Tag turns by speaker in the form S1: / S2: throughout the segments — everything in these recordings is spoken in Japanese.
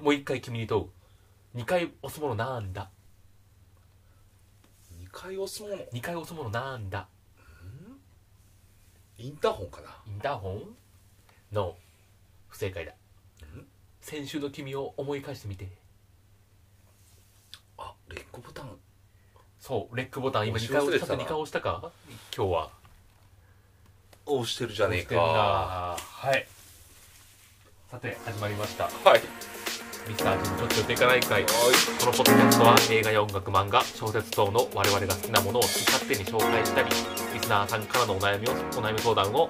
S1: もう一回君に問う二回押すものなんだ
S2: 二回押すもの
S1: 二回押すものなんだ
S2: インターホンかな
S1: インターホン ?No 不正解だ先週の君を思い返してみて
S2: あレッグボタン
S1: そうレックボタン今二
S2: 押し
S1: 回
S2: 忘
S1: 押
S2: れて
S1: した
S2: た
S1: か
S2: な
S1: 2回押したか今日は
S2: 押してるじゃねえか
S1: 押してんなはいさて始まりました
S2: はい
S1: ミスター順調って予定かない会このポッドキャストは映画や音楽漫画小説等の我々が好きなものを好き勝手に紹介したりリスナーさんからのお悩みをお悩み相談を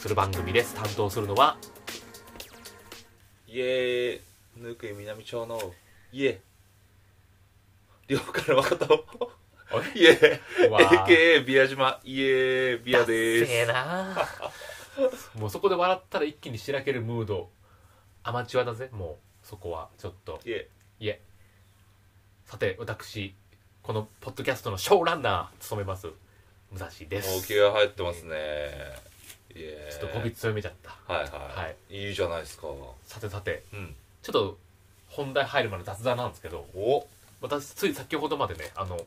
S1: する番組です担当するのは
S2: イエーイぬくい南町のイエー両から誠
S1: あ
S2: イエー
S1: うわー
S2: AKA ビア島イエービアで
S1: ダッセー
S2: す
S1: なーもうそこで笑ったら一気にしらけるムードアマチュアだぜもうそこはちょっと
S2: イエ
S1: いえさて私このポッドキャストのショーランナー務めます武蔵で
S2: ーもう
S1: す
S2: 気が入ってますねイエー
S1: ちょっとこび強めちゃった
S2: はいはい、い、いじゃないですかう
S1: さてさて
S2: ん
S1: ちょっと本題入るまで雑談なんですけど
S2: お
S1: 私つい先ほどまでねあの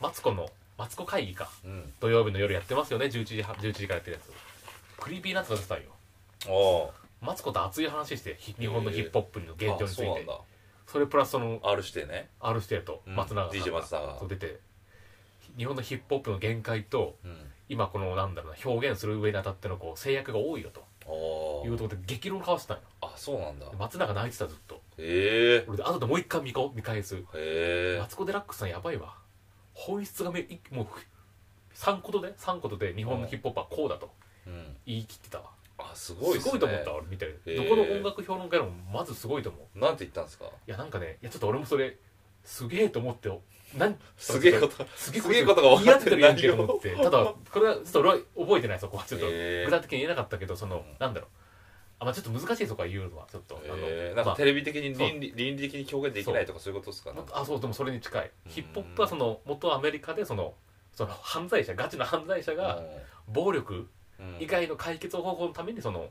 S1: マツコのマツコ会議か
S2: うん
S1: 土曜日の夜やってますよね11時は11時からやってるやつクリーピーナッツが出てたんよ
S2: お
S1: マツコと熱い話してひ日本のヒップホップの現
S2: ー
S1: 状
S2: あ
S1: につい
S2: そうな
S1: て
S2: んだ
S1: それプラスその
S2: R してね
S1: R 指定と
S2: うん
S1: 松永さん
S2: DJ 松永
S1: そう出て日本のヒップホップの限界と
S2: うん
S1: 今このなんだろうな表現する上にあたってのこう制約が多いよと
S2: お
S1: いう
S2: ー
S1: ところで激論交わしてたんよ
S2: あそうなんだ
S1: で松永泣いてたずっと
S2: ええ
S1: 俺で後でもう一回見こ見返す
S2: へえ
S1: マツコ・デラックスさんやばいわ本質がめいもう3ことで3ことで日本のヒップホップはこうだと
S2: うん
S1: 言い切ってたわ
S2: あすごいっすね
S1: と思った俺見てる、
S2: へー
S1: どこの音楽評論家でもまずすごいと思う
S2: なんて言ったんですか
S1: いやなんかねいやちょっと俺もそれすげえと思ってなん
S2: すげえこと
S1: す
S2: すげえことが分
S1: 言い合
S2: か
S1: っ
S2: ってて
S1: る
S2: る
S1: やんけと思ってただこれはちょっと俺は覚えてないそこはちょっと
S2: へー
S1: 具体的に言えなかったけどその、
S2: うん
S1: なんだろうあまあちょっと難しいそこは言うのはちょっと、
S2: えー、
S1: あ
S2: な
S1: のま
S2: んか
S1: あ
S2: テレビ的に倫理倫理的に表現できないとかそういうことですかね
S1: あそうでもそれに近い
S2: うん
S1: ヒップホップはその元アメリカでそのその犯罪者ガチの犯罪者が暴力
S2: うん
S1: 以外の解決方法のためにその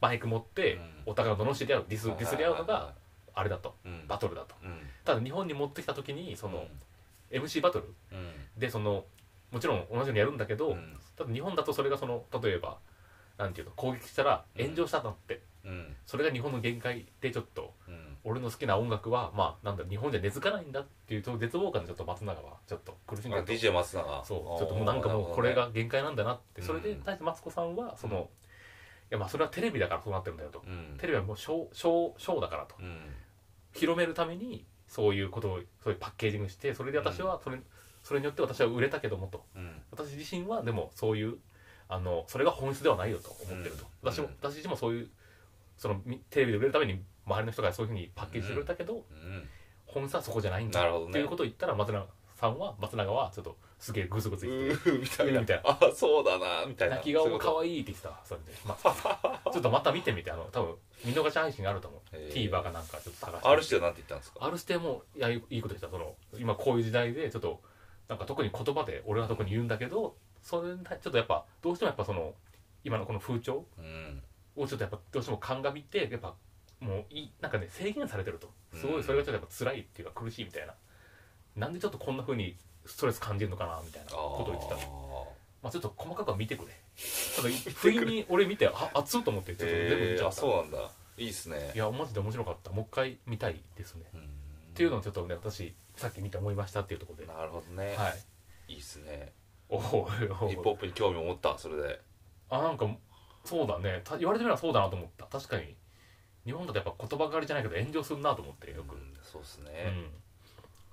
S1: マイク持って
S2: うん
S1: お互いを罵り合うディスディスり合うの
S2: はいはい
S1: が
S2: は
S1: あれだと
S2: いうん
S1: バトルだと
S2: うん
S1: ただ日本に持ってきた時にその MC バトル
S2: うん
S1: でそのもちろん同じようにやるんだけど、
S2: うん
S1: ただ日本だとそれがその例えばなんていうの攻撃したら炎上したんだって、
S2: うん
S1: それが日本の限界でちょっと
S2: うん
S1: 俺の好きな音楽はまあなんだ日本じゃ根付かないんだっていうその絶望感でちょっと松永はちょっと苦しんで
S2: あ
S1: ると
S2: DJ 松永
S1: そう
S2: あー
S1: ちょっともうなんかもうこれ
S2: なる
S1: が限界なんだなって
S2: うん
S1: それで対してマツコさんはその、
S2: うん
S1: いやまあそれはテレビだからそうなってるんだよと
S2: ほ、どねうん
S1: テレビはもうショーショーショーだからと
S2: うん
S1: 広めるためにそういうことをそういうパッケージングしてそれで私はそれ,、それによって私は売れたけどもと
S2: うん
S1: 私自身はでもそういうあのそれが本質ではないよと思ってると、
S2: うん
S1: 私も
S2: うん
S1: 私自身もそういうそのみテレビで売れるために周りの人がそういうふうにパッケージしてくれたけど、
S2: うん
S1: 本質はそこじゃないん
S2: な
S1: だ
S2: るほどね
S1: っていうことを言ったら松永さんは松永はちょっとすげえグズグズ
S2: う
S1: 言って
S2: ーみたいな
S1: みたいな
S2: あそうだなみたいな
S1: 泣き顔も可
S2: い
S1: 愛いって言ってたわそれで、ま あ、ちょっとまた見てみてあの多分見逃し配信があると思う
S2: へえ
S1: TVer かなんかちょっと探して
S2: R してはなんて言ったんですか
S1: あるしてもいやいいこと言ってたその今こういう時代でちょっとなんか特に言葉で俺は特に言うんだけどそれに対ちょっとやっぱどうしてもやっぱその今のこの風潮
S2: うん
S1: をちょっとやっぱどうしても鑑みてやっぱもういいなんかね制限されてるとすご
S2: う
S1: い
S2: ん
S1: それがちょっとやっぱ辛いっていうか苦しいみたいな、なんでちょっとこんな風にストレス感じるのかなみたいな
S2: あー
S1: ことを言ってたまあちょっと細かくは見てくれちょっと不意に俺見てあ熱っと思ってちょっと全部見
S2: へ
S1: ち
S2: ー
S1: ゃ
S2: あ
S1: った、
S2: そうなんだいいっすね
S1: いやマジで面白かったもう一回見たいですね
S2: うん
S1: っていうのをちょっとね私さっき見て思いましたっていうところで
S2: なるほどね
S1: はい
S2: いいっすね
S1: おおお
S2: ヒップホップに興味を持ったそれで
S1: あなんかそうだねた言われてみればそうだなと思った確かに日本だとやっぱ言葉狩りじゃないけど炎上するなと思ってよく、
S2: うんそうっす
S1: う
S2: ね
S1: ん、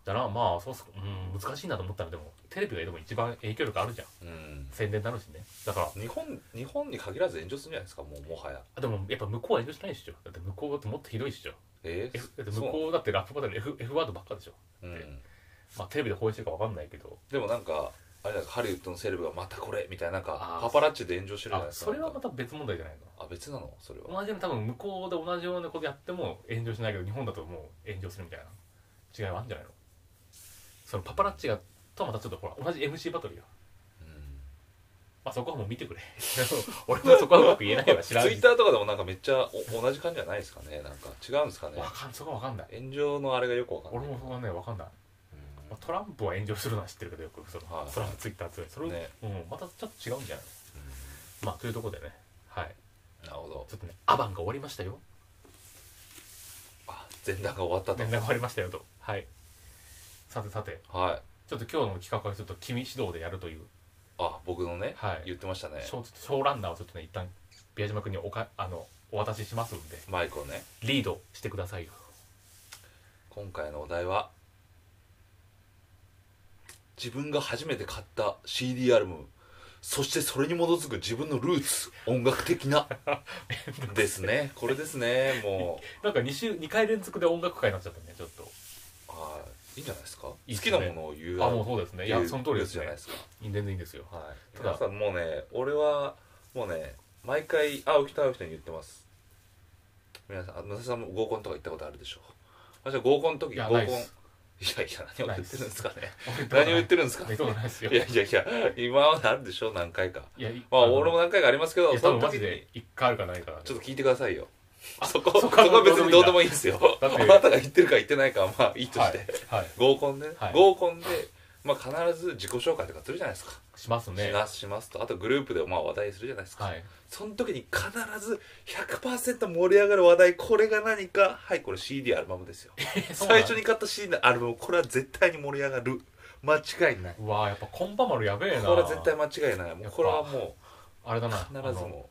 S1: だなまあそうっすうん難しいなと思ったらでもテレビがでも一番影響力あるじゃん
S2: うん
S1: 宣伝になるしねだから
S2: 日本日本に限らず炎上するんじゃないですかもうもはや
S1: あでもやっぱ向こうは炎上しないでしょだって向こうだってもっとひどいでしょ、
S2: え
S1: F、だって向こうだってラップバトル F, F ワードばっかでしょ
S2: そううん
S1: まあテレビで放映してるかわかんないけど
S2: でもなんかあれなんかハリウッドのセレブがまたこれみたいななん
S1: あ
S2: か
S1: ー
S2: パパラッチで炎上してるじゃな
S1: あ
S2: いですか
S1: それは
S2: なん
S1: ま
S2: か
S1: た別問題じゃないの
S2: あ別なのそれは
S1: 同じように多分向こうで同じようなことやっても炎上しないけど日本だともう炎上するみたいな違いはあるんじゃないのそのパパラッチがとはまたちょっとほら同じ MC バトルよ
S2: うん
S1: あそこはもう見てくれ 俺もそこはうまく言えないわ知
S2: ツ
S1: らん
S2: イッターとかでもなんかめっちゃお同じ感じじゃないですかねなんか違うんですかね
S1: わかんそこはわかんない
S2: 炎上のあれがよくわかんな
S1: 俺
S2: い
S1: もそこはねわかんないまあトランプは炎上するのは知ってるけどよくその、
S2: はい
S1: そのツイッターつそれ、
S2: ね
S1: うん、またちょっと違うんじゃないまあというところでねはい
S2: なるほど
S1: ちょっとねアバンが終わりましたよ
S2: あ前段が終わったと
S1: 連絡が終わりましたよとはいさてさて
S2: はい
S1: ちょっと今日の企画はちょっと君指導でやるという
S2: あ僕のね
S1: はい
S2: 言ってましたね
S1: ショーちょっとショーランナーをちょっとね一旦宮島君におかあのお渡ししますんで
S2: マイクをね
S1: リードしてくださいよ
S2: 今回のお題は自分が初めて買った CD アルバムそしてそれに基づく自分のルーツ音楽的 なですねこれですねも
S1: なんか2週二回連続で音楽会になっちゃったねちょっと
S2: うはいいいんじゃないですか
S1: いいっ
S2: 好
S1: すね
S2: きなものを言う
S1: あもうそうですねいや
S2: ってう
S1: その通りです
S2: ルーツじゃない
S1: ね
S2: ですか
S1: 全然いいんですよ
S2: はい
S1: ただ
S2: 皆さんもうね俺はもうね毎回会う人会う人に言ってます皆さんあ野田さんも合コンとか行ったことあるでしょ私は合コンの時
S1: い
S2: 合
S1: や
S2: コンい
S1: な
S2: や
S1: い
S2: い
S1: で
S2: や
S1: す
S2: 何を言ってるんですかね
S1: 俺
S2: 何を言ってるん ですか
S1: 見たことないですよ
S2: いやいやいや、今まであるでしょ、何回か。
S1: いやい
S2: まあ、
S1: あの
S2: 俺も何回かありますけ
S1: い
S2: ど、
S1: や多
S2: そ
S1: 分
S2: の
S1: マ
S2: 時
S1: ジ
S2: に
S1: で、一回あるかないかなんで
S2: ちょっと聞いてくださいよ。そこ、そ
S1: そ
S2: こ
S1: こは
S2: は別にどうでもいいんですよ。
S1: だって
S2: あなたが言ってるか言ってないかは、まあいいとして。
S1: はい、はい、
S2: 合コンでね、
S1: はい
S2: 合コンで、まあ必ず自己紹介とかするじゃないですか。
S1: しますね
S2: します、しますと。あとグループでもまあ話題するじゃないですか。
S1: はい
S2: その時に必ず100%盛り上がる話題、これが何か、はい、これ CD アルバムですよ。 最初
S1: に
S2: に買った CD のアルバム、これは絶対に盛り上がる。間違いない。
S1: うわーやっぱコンパ丸やべえな
S2: これは絶対間違いないもうこれはも
S1: あれだな
S2: う必ず
S1: あの
S2: も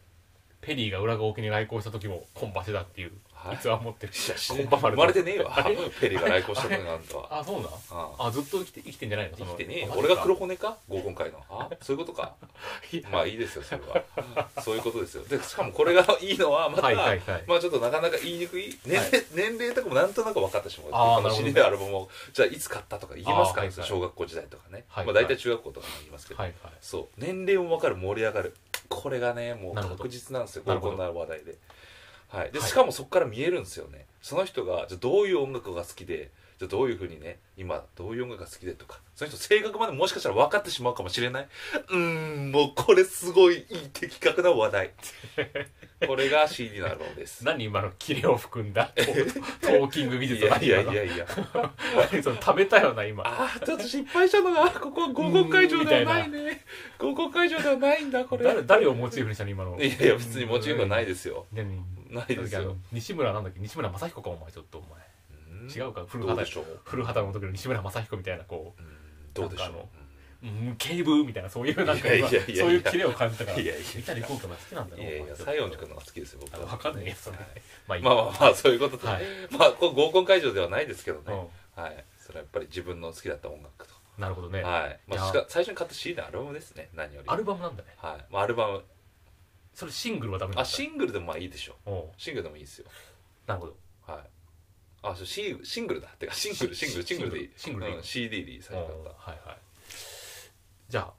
S1: ペリーが裏が沖に来航した時もコンパしてたっていう
S2: うはい
S1: 逸話を持ってる
S2: いやし
S1: コンパ
S2: 生
S1: 丸
S2: まれてねえわ
S1: あれ
S2: ペリーが来航したことなんとは
S1: あそうなん
S2: ああ
S1: あずっと生きて生きてんじゃないのそ
S2: 生
S1: の
S2: きてねえよ
S1: あ
S2: 俺が黒骨か合コン会のあそういうことか
S1: いや
S2: まあいいですよそれはそういうことですよでしかもこれがいいのはまた
S1: はいはいはい
S2: まあちょっとなかなか言いにくい年齢 年齢とかもなんとなく分かってしまう
S1: ああ
S2: こ
S1: な
S2: の
S1: るほどね
S2: CD アルバムをじゃあいつ買ったとか言えます
S1: ああは
S2: か
S1: いはい
S2: 小学校時代とかねま
S1: は
S2: あ
S1: い
S2: 大体中学校とかも言いますけど
S1: はいはい
S2: そう年齢も分かる盛り上がるこれがねもう
S1: なるほど
S2: 確実なんですよ
S1: な
S2: 合
S1: るほ
S2: コ
S1: ど
S2: ンの話題で,、はい、で
S1: はい
S2: しかもそこから見えるんですよねその人がじゃあどういう音楽が好きでじゃあどういうふうにね今どういう音楽が好きでとかその人性格までもしかしたら分かってしまうかもしれないうーんもうこれすごいいい的確な話 題これが CD のアルバムです
S1: 何今のキレを含ん だトートーキング技
S2: い
S1: 術は
S2: やい
S1: 何今の
S2: やい やいや
S1: その食べたよな今
S2: ああちょっと失敗したのがここは合コン会場ではないね合コン会場ではないんだこれ
S1: 誰誰をモチーフにしたの今の
S2: いやいや別にモチーフはない
S1: で
S2: ですよ
S1: 何
S2: ないですよ
S1: あの西村なんだっけ西村正彦かお前ちょっとお前違うか古
S2: どう
S1: 畑
S2: でしょう
S1: 古畑の時の西村正彦みたいなこう
S2: どうでしょう
S1: なんかうん警部みたいなそういうなんか
S2: いや
S1: 今
S2: いやいやいや
S1: そういうキレを感じたから
S2: いやいや
S1: 見たり行こうかな好きなんだ
S2: い
S1: ろ
S2: やいや西園寺君の方が好きですよ僕は
S1: 分かんないやそれ
S2: はい
S1: まあいい
S2: まあまあまあそういうことで、
S1: はい
S2: まあこう合コン会場ではないですけど
S1: う
S2: ね、はいそれはやっぱり自分の好きだった音楽と、
S1: んなるほどね
S2: はい、ま
S1: い
S2: あ、
S1: や
S2: しか最初に買った CD のアルバムですね何より
S1: アルバムなんだね
S2: はいまあ、アルバム
S1: それシングルはダメなんだ
S2: あシングルでもまあいいでしょう
S1: おう
S2: シングルでもいいですよ
S1: なるほど
S2: はいあそうシンシングルだってかシングルシングルシングルでいい
S1: シングルでいいの
S2: うん CD でいい最
S1: はい
S2: 初だっ
S1: はいじゃあ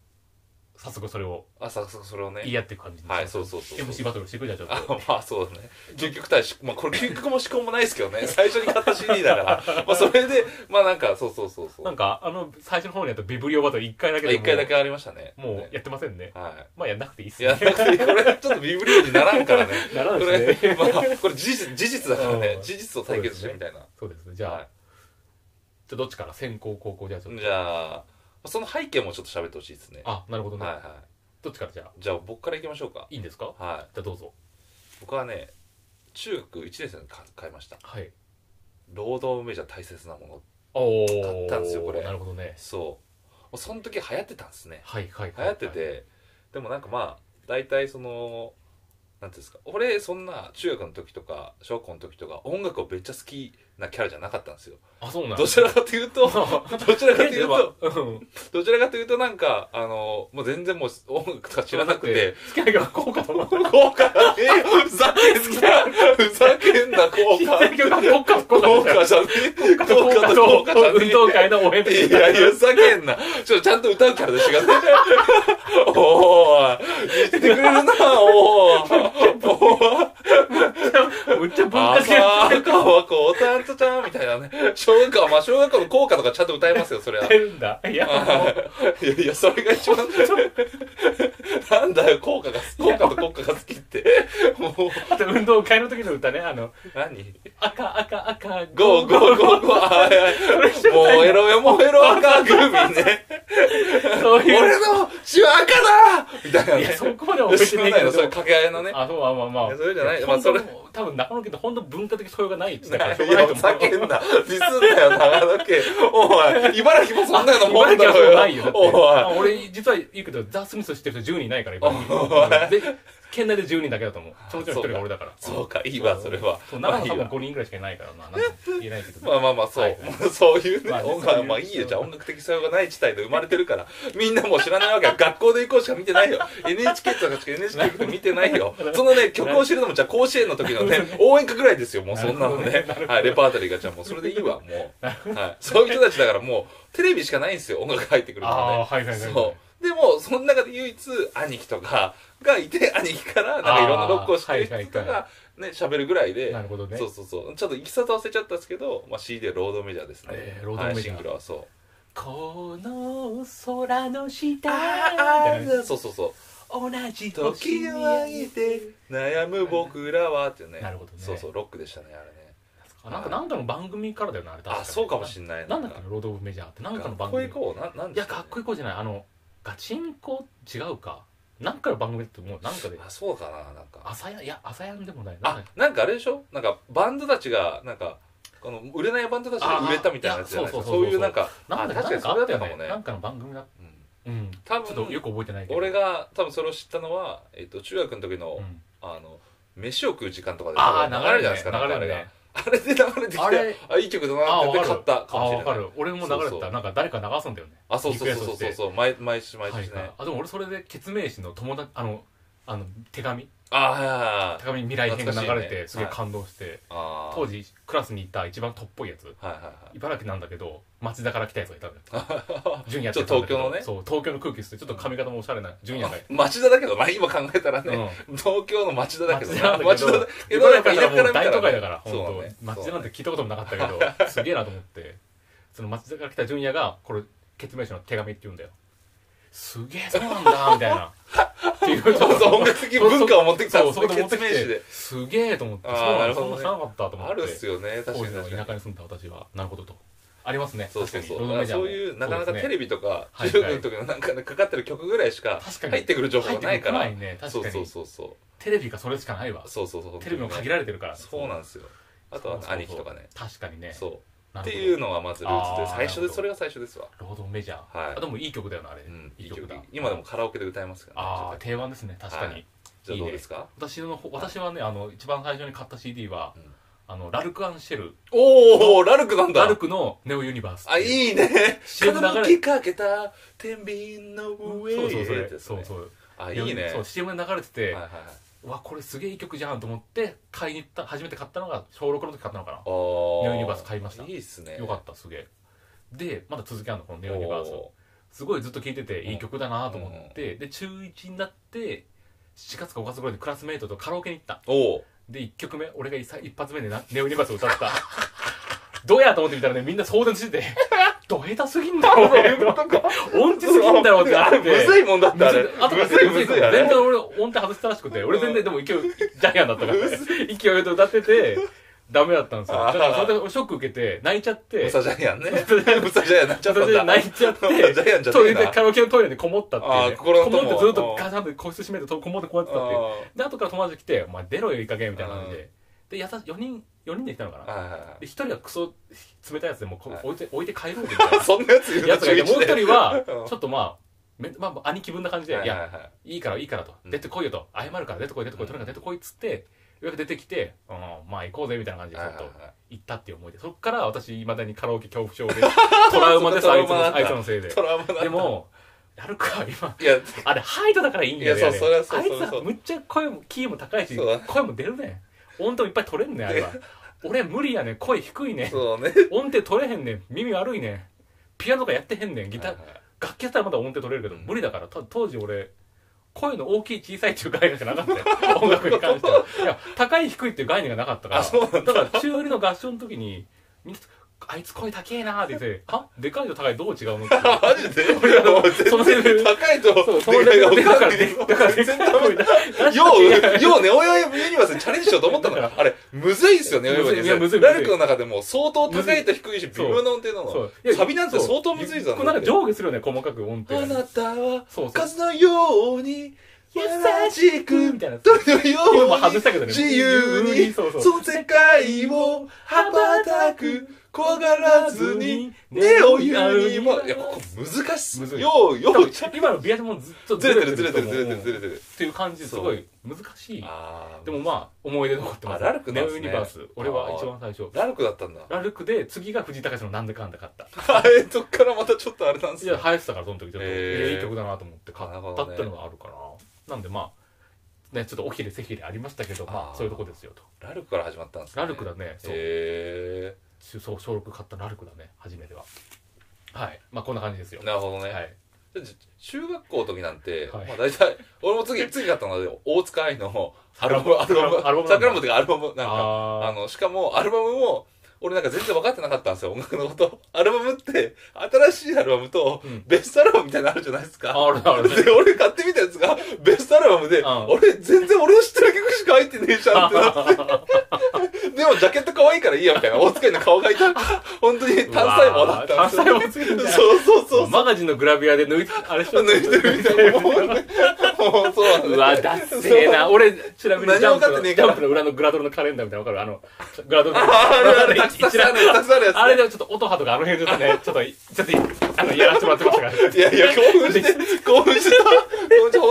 S1: 早速それを
S2: たあ早速それをね
S1: 言い合っていく感じに
S2: はいそうそうそうそう
S1: MC バトルしていくじゃんちょっ
S2: あ
S1: と
S2: まあそうだね究極対し、まあ、これ究極も思考もないですけどね最初に買った CD だからまあそれでまあなんかそうそうそうそう
S1: なんかあの最初の方にやったビブリオバトル1回だけ
S2: まあ
S1: で
S2: 一
S1: も
S2: 回だけありましたね
S1: もう
S2: ね
S1: やってませんね
S2: は
S1: まあやんなくていいっ
S2: い
S1: す
S2: いや
S1: ね
S2: なんかねこれちょっとビブリオにならんからね
S1: なら
S2: こ
S1: んで
S2: れ
S1: すね
S2: まあこれ事実事実だからね
S1: うん
S2: 事実を対決してみたいな、
S1: そうですねじゃあ、
S2: はい
S1: じゃあどっちから先行後攻じゃあちょっと
S2: じゃあその背景もちょっと喋ってほしいですね
S1: あなるほど
S2: は
S1: ね、
S2: いは
S1: どっちからじゃあ
S2: いじゃあ僕からいきましょうか
S1: いいんですか
S2: はい
S1: じゃあどうぞ
S2: 僕はね中学1年生の時買買いました
S1: はい
S2: 労働メジャー大切なもの
S1: おお
S2: 買ったんですよこれ
S1: なるほどね
S2: そうその時流行ってたんですね
S1: はいはいは
S2: 流
S1: い、
S2: 行ってて、でもなんかまあ大体そのなんていうんですか俺そんな中学の時とか小学校の時とか音楽をめっちゃ好きなキャラじゃなかったんですよ
S1: あそうなん
S2: どちらかというとどちらかと いうと
S1: うん
S2: どちらかというとなんかあのもう全然もう音楽とか知らなくて
S1: 好きな曲効果と思う
S2: 効果だねふざけんなふざけんな効果
S1: 曲が効果効
S2: 効
S1: 果
S2: 果じゃねえ効果と効果じゃね
S1: 運動会の応援
S2: えいやいやふざけんなちょっとちゃんと歌うからでしがねおー言ってくれるなおーおー
S1: めっちゃ文
S2: あ
S1: 化系
S2: ばーかわこたんとちゃんみたいなね。小学校、まあ小学校の校歌とかちゃんと歌いますよ、それは
S1: やっ。てるんだいやもう
S2: いやいや、それが一番、なんだよ効果が効果と効果が好きってもう
S1: あと運動会の時の歌ねあの
S2: 何
S1: 赤赤赤
S2: ゴーゴーゴーゴーあいあいもうエロエモエロ赤グーミンね
S1: そういう
S2: 俺の血は赤だみたいなね
S1: いやそこまでは覚えてないけど
S2: それ掛け合いのね
S1: あそうまあまあまあ
S2: いやそれじゃない
S1: や
S2: まあそれ
S1: 本当多分長野県って本当文化的素養がないって
S2: い
S1: だから
S2: や
S1: しょうがないと思う
S2: 叫んだディスんだよ長野県おい茨城もそんなのもん
S1: 茨
S2: だ
S1: 城はそうな
S2: ろ
S1: いよだってあ
S2: おい
S1: 俺実は言うけどザ・スミス知ってる人10人いないから今
S2: お
S1: で県内で10人だけだと思うそのうちの1人が俺だから
S2: そうかいいわそれは
S1: そう
S2: ま
S1: 長
S2: あい
S1: 野
S2: い
S1: 多分
S2: わ
S1: 5人ぐらいしかいないからななんとも言えない けど
S2: まあまあまあそう、
S1: はい
S2: そういうね、
S1: まあねそ
S2: 音
S1: うい
S2: 楽
S1: う
S2: まあいいよじゃあ音楽的素養がない地帯で生まれてるからみんなもう知らない わけよ学校で行こうしか見てないよ NHK とかしか NHK とか見てない よそのね曲を知るのもじゃあ甲子園の時のね応援歌ぐらいですよもうそんなの
S1: な
S2: ね
S1: るほどね
S2: はい、レパートリーがじゃあもうそれでいいわもう、はい、そういう人たちだからもうテレビしかないんですよ音楽入ってくるのは
S1: ああ
S2: ね
S1: はいはいはいはい
S2: そうでもその中で唯一兄貴とかがいて兄貴からなんかいろんなロックをしてる人と
S1: あ
S2: か
S1: ーはいはいは
S2: がね喋るぐらいで
S1: なるほどね
S2: そうそうそうちょっといきさと忘れちゃったんですけど、まあ、CD はロードメジャーですね、
S1: えーロードメジャー
S2: はいシングルはそう
S1: この空の下
S2: あ
S1: みたい
S2: あそうそうそう
S1: な同じ
S2: 「時をあげて悩む僕らは」っていうね
S1: なるほどね
S2: そうそうロックでしたねあれね
S1: あなんかなんかの番組からだよなあれ確
S2: あそうかもし
S1: れ
S2: んない
S1: なんだっけなロード・オブ・メジャーってなんかの
S2: か
S1: 番
S2: っこ
S1: 組
S2: いい子ななん
S1: いやかっこいい子じゃないあのガチンコ違うかなんかの番組だと思うなんかで
S2: あそうかななんか
S1: 朝やいや朝やんでもないなんだ
S2: あ
S1: っけ
S2: なんかあれでしょなんかバンドたちがなんかこの売れないバンドたちが売れたみたいなやつじゃないで
S1: あーいやそうそう
S2: すかそう
S1: そうそう
S2: いうなんか
S1: な
S2: あ
S1: んだっけなん
S2: 確かにそ
S1: かあ
S2: れ
S1: ったよ
S2: だったかも
S1: ね
S2: ね
S1: なんかの番組だ
S2: うん
S1: うん
S2: 多分
S1: ちょっとよく覚えてないけど
S2: 俺が多分それを知ったのは、えっと、中学の時の、
S1: うん
S2: あの飯を食う時間とかで
S1: ああ
S2: こう
S1: 流れる
S2: じ
S1: じ
S2: ゃ
S1: ゃ
S2: な
S1: ないい
S2: で
S1: ですす
S2: か
S1: か
S2: な
S1: 流
S2: んかあ
S1: れ
S2: れ
S1: る
S2: が
S1: ねあれ
S2: あれで流れてきてあいい曲だな
S1: あ
S2: っ
S1: あ
S2: て
S1: 分
S2: 言っ
S1: かる
S2: て買った
S1: あ
S2: かもし
S1: あ
S2: れ
S1: 分
S2: な
S1: か
S2: い
S1: る俺も流れてたなんか誰か流すんだよね
S2: あそうそう
S1: リクエス
S2: そ
S1: ト
S2: うそう
S1: して
S2: そうそう毎毎週毎
S1: はい
S2: 週ね
S1: あでも俺それで決名詞の友達あのあの手紙
S2: あはいはい
S1: 手紙未来編が流れ
S2: 懐かしいね
S1: てすげえ感動して、
S2: あー
S1: 当時クラスにいた一番トップっぽいやつ
S2: はいはい
S1: 茨城なんだけど町田から来たやつがいた んだよ
S2: は
S1: 純也
S2: ちょっと東京のね
S1: そう東京の空気吸ってちょっと髪型もおしゃれな純也がい
S2: い町田だけどまあ今考えたらね、東京の町田だけど
S1: 町田なんだけど
S2: 町田だけどやっぱ
S1: 茨
S2: 田
S1: 城
S2: 舎から
S1: はもう大都
S2: 見たら、ね、
S1: 会だから
S2: そう
S1: 本
S2: ね
S1: 当町田なん
S2: て
S1: て聞いたこともなかったけ どすげえなと思ってその町田から来た純也がこれ決命書の手紙って言うんだよすげえそうなん だみたいなっていうこと
S2: そうそう音楽的文化を持ってきたん
S1: そうそ
S2: ですね
S1: こで持って
S2: 決
S1: き
S2: 名詞
S1: て
S2: です
S1: げえと思って
S2: あー
S1: そうな
S2: なる
S1: の
S2: ほ
S1: そ
S2: ど
S1: んな知
S2: ね
S1: らなかったと思って
S2: あるっすよね確
S1: 当
S2: か
S1: 時
S2: に
S1: の
S2: 確かに
S1: 田舎に住んだ私はなるほどとありますね
S2: そうそうそ
S1: 確
S2: う
S1: かにロード
S2: だ
S1: メ
S2: から
S1: ジャー
S2: そ
S1: も
S2: ういうなかなか
S1: そうです
S2: テ
S1: ね
S2: レビとか
S1: はいはい
S2: 中学の時のなんかねかかってる曲ぐらいしか
S1: 確かに
S2: 入ってくる情報がないから
S1: 入ってこないね確かに
S2: そうそうそう
S1: テレビがそれしかないわ
S2: そうそうそうそう
S1: テレビも限られてるから
S2: そうなんですよあとはね兄貴とかね
S1: 確かにね
S2: そ
S1: な
S2: うっ
S1: る
S2: て
S1: ほど
S2: いうのがまずルーツで
S1: あー
S2: 最
S1: なるほ
S2: 初で
S1: ど
S2: それが最初ですわ
S1: ロードメジャー、
S2: はい
S1: あでもいい曲だよなあれ、
S2: うん
S1: いい曲だ
S2: 今でもカラオケで歌えますからね
S1: ああ
S2: ちょっ
S1: 定番ですね確かに、
S2: はいとじゃあ
S1: いい
S2: ど
S1: ね
S2: うですか
S1: 私の方私はねあの一番最初に買った CD は、
S2: うん
S1: あのラルク・アンシェル
S2: おおラルクなん
S1: ラ
S2: だ
S1: ルクの「ネオ・ユニバース」
S2: あいいね
S1: CM 流れ
S2: 傾きかけた天秤の上
S1: そうそうそれ、
S2: ってやつね
S1: そうそう
S2: あいいね
S1: そう CM で流れてて、
S2: はいはいはい
S1: わこれすげえいい曲じゃんと思って買いに行った初めて買ったのが小6の時買ったのかな
S2: あー
S1: ネオユニバース買いました
S2: いいっすね
S1: よかったすげえでまだ続きあるのこの「
S2: た
S1: ネオ・ユニバース」すごいずっと聴いてて
S2: うん
S1: いい曲だなと思って、で中1になって7月か5月ぐらいでクラスメイトとカラオケに行った
S2: おお
S1: で1曲目俺が一一発目でな「ネオ・ユニバース」を歌った どうやと思ってみたらねみんな騒然としてて 「ど下手すぎんだろ
S2: そうい
S1: 俺
S2: うことか
S1: 音痴すぎんだろ」ってな
S2: あ
S1: っ
S2: れ
S1: て
S2: むずいもんだってあれ
S1: あと
S2: む
S1: む
S2: ず
S1: ず
S2: い
S1: い
S2: む
S1: む
S2: ず
S1: ず
S2: い
S1: い
S2: あ
S1: 全
S2: れ
S1: 然俺音程外したらしくて俺全然でも勢いジャイアンだったから勢いよく歌っててダメだったんですよだからそれで俺ショック受けて泣いちゃって
S2: ムサジャイアンねムサジャイアンになっちゃったんだ
S1: 泣いちゃって、
S2: ジャイアンじゃね
S1: ト
S2: え
S1: イレで
S2: な
S1: カラオケのトイレにこもったっていう、
S2: あー
S1: ね、
S2: 心の
S1: こ
S2: 友
S1: もってずっ
S2: う
S1: と
S2: ん
S1: ガタンで個室閉めてとこもってこうやってたっていう
S2: あ
S1: で後から友達来て「お前出ろよいい加減」みたいな感じ
S2: う
S1: でで優し4人4人で来たのか
S2: ー
S1: な
S2: はいはいは
S1: で1人はクソ冷たいやつでもうこ
S2: はい
S1: 置いて置いて帰ろうみたい
S2: いそんなやついる
S1: な
S2: の
S1: やつがいてもう1人は
S2: うん
S1: ちょっとまあめまあ、兄貴分な感じで「
S2: はい
S1: い
S2: はい
S1: や
S2: はい
S1: いからいいから」と「
S2: うん
S1: 出てこいよ」と「謝るから出てこい出てこいとにかく出てこい」っつってようやく出てきて「うんまあ行こうぜ」みたいな感じ
S2: い
S1: でち
S2: は
S1: ょ
S2: い
S1: っと
S2: はい
S1: 行ったっていう思いでそっから私いまだにカラオケ恐怖症 でトラウマです
S2: ト
S1: あ
S2: ラ
S1: い
S2: ウ
S1: つ
S2: マな
S1: の
S2: んだ
S1: あいつのせいで
S2: トラウマなんだ
S1: でもやるか今
S2: いや
S1: あれハイドだからいいんだよ
S2: いや
S1: ね
S2: そう
S1: あれ
S2: そりゃ
S1: あいつ
S2: そうそりゃそう
S1: はむっちゃ声もキーも高いし
S2: そうだ
S1: 声も出るね音程もいっぱい取れんねあれは俺無理やね声低いね
S2: そうね
S1: 音程取れへんね耳悪いねピアノとかやってへんねんギター
S2: はいはい
S1: 楽器やったらまだ音程取れるけど
S2: うん
S1: 無理だからた当時俺声の大きい小さいっていう概念がなかった よ音楽に関してはいや高い低いっていう概念がなかったから
S2: あそうなんだ
S1: だから中二の合唱の時にみんなあいつ声高えなーって言 って、はでかいと高いどう違うのって。
S2: マジで
S1: そのレベル
S2: 高いと
S1: そう、その
S2: でかい
S1: レ
S2: が
S1: ベル
S2: 分
S1: だ
S2: か
S1: から
S2: んない
S1: ね。だから全然ダメだ。
S2: よう、ようね、およよユニバースにチャレンジしようと思ったのよあれ、むずいっすよね、およよユニバース
S1: いやむずいむずい
S2: ラルクの中でも相当高いと低いし、微妙な音程な
S1: そう
S2: の。
S1: いや
S2: サビなんて相当むずいぞ。
S1: こうなんか上下するよね、細かく音
S2: あ
S1: 程が。
S2: なたは
S1: そうそう。
S2: 風のように優しく
S1: みたいな。
S2: 鳥の
S1: 今
S2: よ
S1: も
S2: うに
S1: 外したけどね。
S2: 自由に
S1: そうそう。
S2: その世界を羽ばたく怖がらずに根を言うにもいやここ難し
S1: むず
S2: い
S1: い
S2: ようよ
S1: 多分
S2: う
S1: 今のビアで もずっと
S2: ずれてるずれてる
S1: と
S2: ず
S1: 思う
S2: れてるずれてる
S1: っていう感じですごい難しい
S2: あー
S1: でもまあ思い出残ってます
S2: あラルクなんです
S1: ネ
S2: ね
S1: オユニバース俺は一番最初
S2: ラルクだったんだ
S1: ラルクで次が藤井隆のなんだかんだ買った
S2: えそっからまたちょっとあれなんす
S1: いや
S2: ね
S1: 流行ってたからその時ちょっと
S2: へー
S1: ええいい曲だなと思って買っ
S2: なるほ
S1: た
S2: ど
S1: っ
S2: ね
S1: てのがあるからなんでまあねちょっとおひれせひれありましたけどま
S2: あ
S1: あ
S2: ー
S1: そういうとこですよと
S2: ラルクから始まったんですね
S1: ラルクだねそう
S2: へ
S1: そう小6買ったラルクだね初めてははいまあこんな感じですよ
S2: えなるほど
S1: は
S2: ね
S1: い
S2: じゃあ中学校の時なんて
S1: はい
S2: まあ大体俺も次次買ったのは大塚愛のアルバムアルバム
S1: アルバムなんだ
S2: 桜本がアルバムなんかあ
S1: あ
S2: の、しかも、アルバムも、俺なんか全然分かってなかったんですよ、音楽のこと。アルバムって、新しいアルバムと
S1: うん、
S2: ベストアルバムみたいなのあるじゃないです
S1: あ
S2: か。
S1: あるある
S2: で、俺買ってみたやつが、ベストアルバムで、
S1: ん
S2: 俺全然俺の知ってる曲しか入ってねえじゃんって なって。でも、ジャケット可愛いからいいや、みたいな。大塚愛の顔がいた。本当に単細胞だった
S1: 単
S2: んです
S1: 細
S2: よ。
S1: 胞つけてんだ
S2: そうそうそう。
S1: マガジンのグラビアで抜いてあれし
S2: 抜いてるみたいな。もうねもうそうなんだよ
S1: うわ、だっせえな。俺、ちなみにジャンプ
S2: 何も分かって
S1: の、
S2: ね
S1: ジ
S2: えから
S1: ャンプの裏のグラドルのカレンダーみたいなの分かるあの、グラドルの。
S2: あるある、たくさんあるやつ、たくさんあるやつ。
S1: あれでもちょっと音波とかあの辺ちょっと ね、ちょっとい、ちょっとい、あの、やらせてもらってましたから。
S2: いやいや、興奮して、興奮してた。興奮して、本当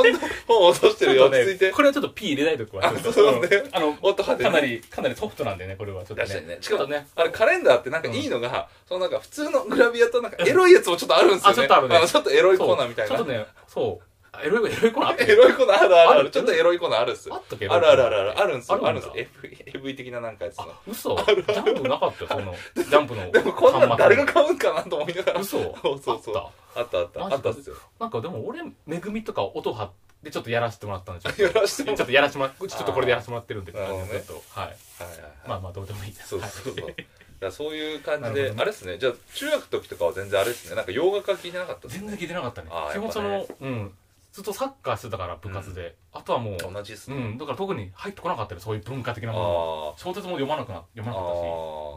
S2: 本落としてる
S1: ちょっ
S2: よ、
S1: とね
S2: 落ち着いて。
S1: これはちょっと P 入れないとこは。ちょっ
S2: そう
S1: と
S2: だね
S1: あの、
S2: 音派手
S1: かなり、かなりソフトなんでね、これはちょっと
S2: 確か
S1: ね
S2: にね。。し
S1: ちょ
S2: か
S1: っ
S2: も
S1: とね。
S2: あれカレンダーってなんかいいのが、そのなんか普通のグラビアとなんかエロいやつもちょっとあるんですよね。
S1: あちょっとあるね
S2: のちょっとエロいコ
S1: そう
S2: ーナーみたい
S1: ちょっ
S2: な
S1: と。ね、そう。あエロい、エロいコーナーあった
S2: エロいコーナーあるあるあ
S1: あ
S2: る。
S1: る
S2: ちょっとエロいコーナーあるっす
S1: あ
S2: よ。
S1: ったっけ
S2: あるあるあるある。あるんすよ。あ
S1: あ
S2: る
S1: る
S2: ん
S1: ん
S2: す
S1: だ
S2: よ。AV AV 的ななんかやつの。
S1: 嘘ジャンプなかったよ、その、ジャンプの。
S2: でもこんなの誰が買うんかなと思いながら。
S1: 嘘
S2: そうそうそう
S1: あった
S2: あったあ
S1: マ
S2: った。あ
S1: ジ
S2: っ
S1: か
S2: たっすよ。
S1: なんかでも俺、めぐみとか音張ってちょっとやらせてもらったん で、ちょっと。
S2: やらして
S1: ちょ
S2: も
S1: っとやらせてもらって、ちょっとこれでやらせてもらってるんで、
S2: なるほどね
S1: ちょっと。はい。
S2: はいはいはい。
S1: まあまあ、どうでもいいです。
S2: そうそうそう。だからそういう感じ
S1: なる
S2: で、
S1: ほどね
S2: あれですね、じゃあ中学の時とかは全然あれですね、なんか洋楽は聞いてなかったです
S1: 全
S2: ね。
S1: 然聞いてなかったね
S2: あー。
S1: 基
S2: やっ
S1: 本
S2: ぱ
S1: そ
S2: ね
S1: の、うん。ずっとサッカーしてたから、部活で。あとはもう、
S2: 同じです
S1: う
S2: ね。
S1: ん。だから特に入ってこなかったよ、そういう文化的な
S2: あ
S1: もの。小説も読まなくな、読ま
S2: あ。
S1: な
S2: あ
S1: か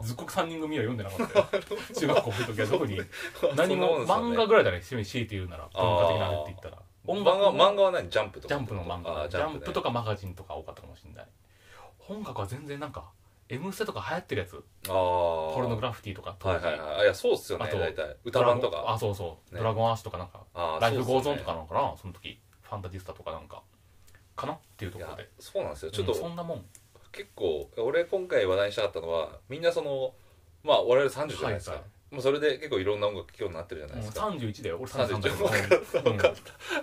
S1: っ たし、ずっこく3人組は読んでなかったよ。中学校の時は特に、
S2: あ。
S1: 何も、
S2: そん
S1: 漫画
S2: なんですよね
S1: ぐらいだね、趣味強いて言うなら、文化的なあれって言ったら。音楽
S2: 漫画漫画は何ジャンプと
S1: ジ
S2: か。
S1: ャンプの漫
S2: あ
S1: 画
S2: ー
S1: ジャンプと
S2: ね
S1: かマガジンとか多かったかもしれない本格は全然なんか「M ステ」とか流行ってるやつ
S2: ああ。
S1: ポルノグラフィティとか
S2: はいはいはい。あいや、そうっすよね
S1: あ、と
S2: 大体。歌
S1: ドラゴ
S2: 番
S1: ン
S2: とか。
S1: あそうそう「
S2: ね
S1: ドラゴンアーシュ」とかなんか
S2: あ
S1: 「
S2: ー
S1: ライフ・ゴーゾン」と。
S2: そうっす
S1: か
S2: よね
S1: なのかなその時ファンタジスタとかなんかかなっていうと
S2: い
S1: ころ
S2: や
S1: で
S2: そうなんですよ。ちょっ
S1: うんそ
S2: と
S1: んなもん
S2: 結構、俺今回話題にしたかったのは、みんなその、まあ我々30じゃないです
S1: は
S2: か
S1: いは。
S2: もうそれで結構いろんな音楽聴くようになってるじゃない
S1: もう
S2: ですか。
S1: 31だよ俺
S2: 31
S1: 33だ
S2: わかった
S1: よ
S2: わかっ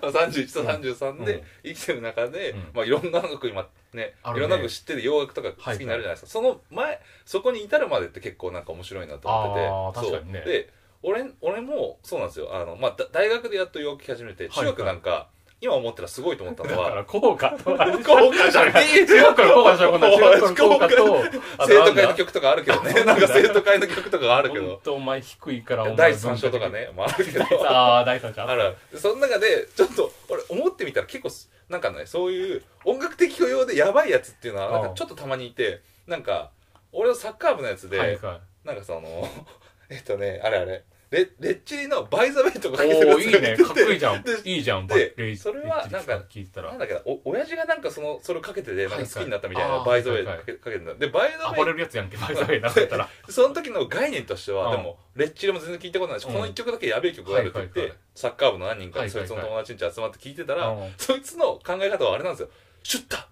S2: た31と33
S1: う
S2: で
S1: ん
S2: 生きてる中で、
S1: うん
S2: まあ、いろんな音楽今ね
S1: あるね
S2: いろんな音楽知ってる洋楽とか好きになるじゃないですか、その前そこに至るまでって結構なんか面白いなと思ってて
S1: あー確かにね
S2: そうで俺俺もそうなんですよあの、まあ、だ大学でやっと洋楽聴き始めて
S1: い
S2: 中学なんか、今思ったらすごいと思った
S1: だ
S2: の
S1: か
S2: は
S1: ら効果とは
S2: 効果じゃねえ
S1: 中学から効果でしょこんな中学から
S2: 効
S1: 効
S2: 果
S1: 果とあ
S2: 生
S1: とな
S2: 徒
S1: ん
S2: 会の
S1: だ
S2: 曲とかあるけどねなんか生徒会の曲とかある け
S1: ほん
S2: ど
S1: とお前低いからお前
S2: 第三章とか ね、まあ、あるけど
S1: ああ第三章
S2: あら、その中で、ちょっと、俺、思ってみたら結構す、なんかね、そういう音楽的許容でやばいやつっていうのは、
S1: あ
S2: な
S1: あ
S2: んかちょっとたまにいて、なんか、俺のサッカー部のやつで、
S1: はいはい
S2: なんかその、 えっとね、あれあれ、レレッチリのバイザベイとかかけてるや
S1: おお
S2: つ
S1: いい
S2: が
S1: ね
S2: て
S1: かっこいいじゃん
S2: で
S1: いいじゃん
S2: で
S1: レイ
S2: それはなんか
S1: レイ聞いた
S2: なん
S1: ら
S2: だっけど、お、親父がなんかその、それをかけてて、なんか好きになったみたいな、
S1: はいはいああ
S2: バイザベイか
S1: はい
S2: け
S1: はい
S2: かけてた。で、バイザ
S1: 暴
S2: ベ
S1: れ
S2: イ、
S1: るやつやんけバイザーウェイなかったら
S2: その時の概念としては、
S1: ああ
S2: でも、レッチリも全然聞いたことないし、
S1: うん
S2: この一曲だけやべえ曲があるって言って、
S1: はいはいはい
S2: サッカー部の何人か、
S1: はいはい
S2: そ
S1: はいい
S2: つの友達んち集まって聞いてたら、
S1: うん
S2: そいつの考え方はあれなんですよ。シュッタ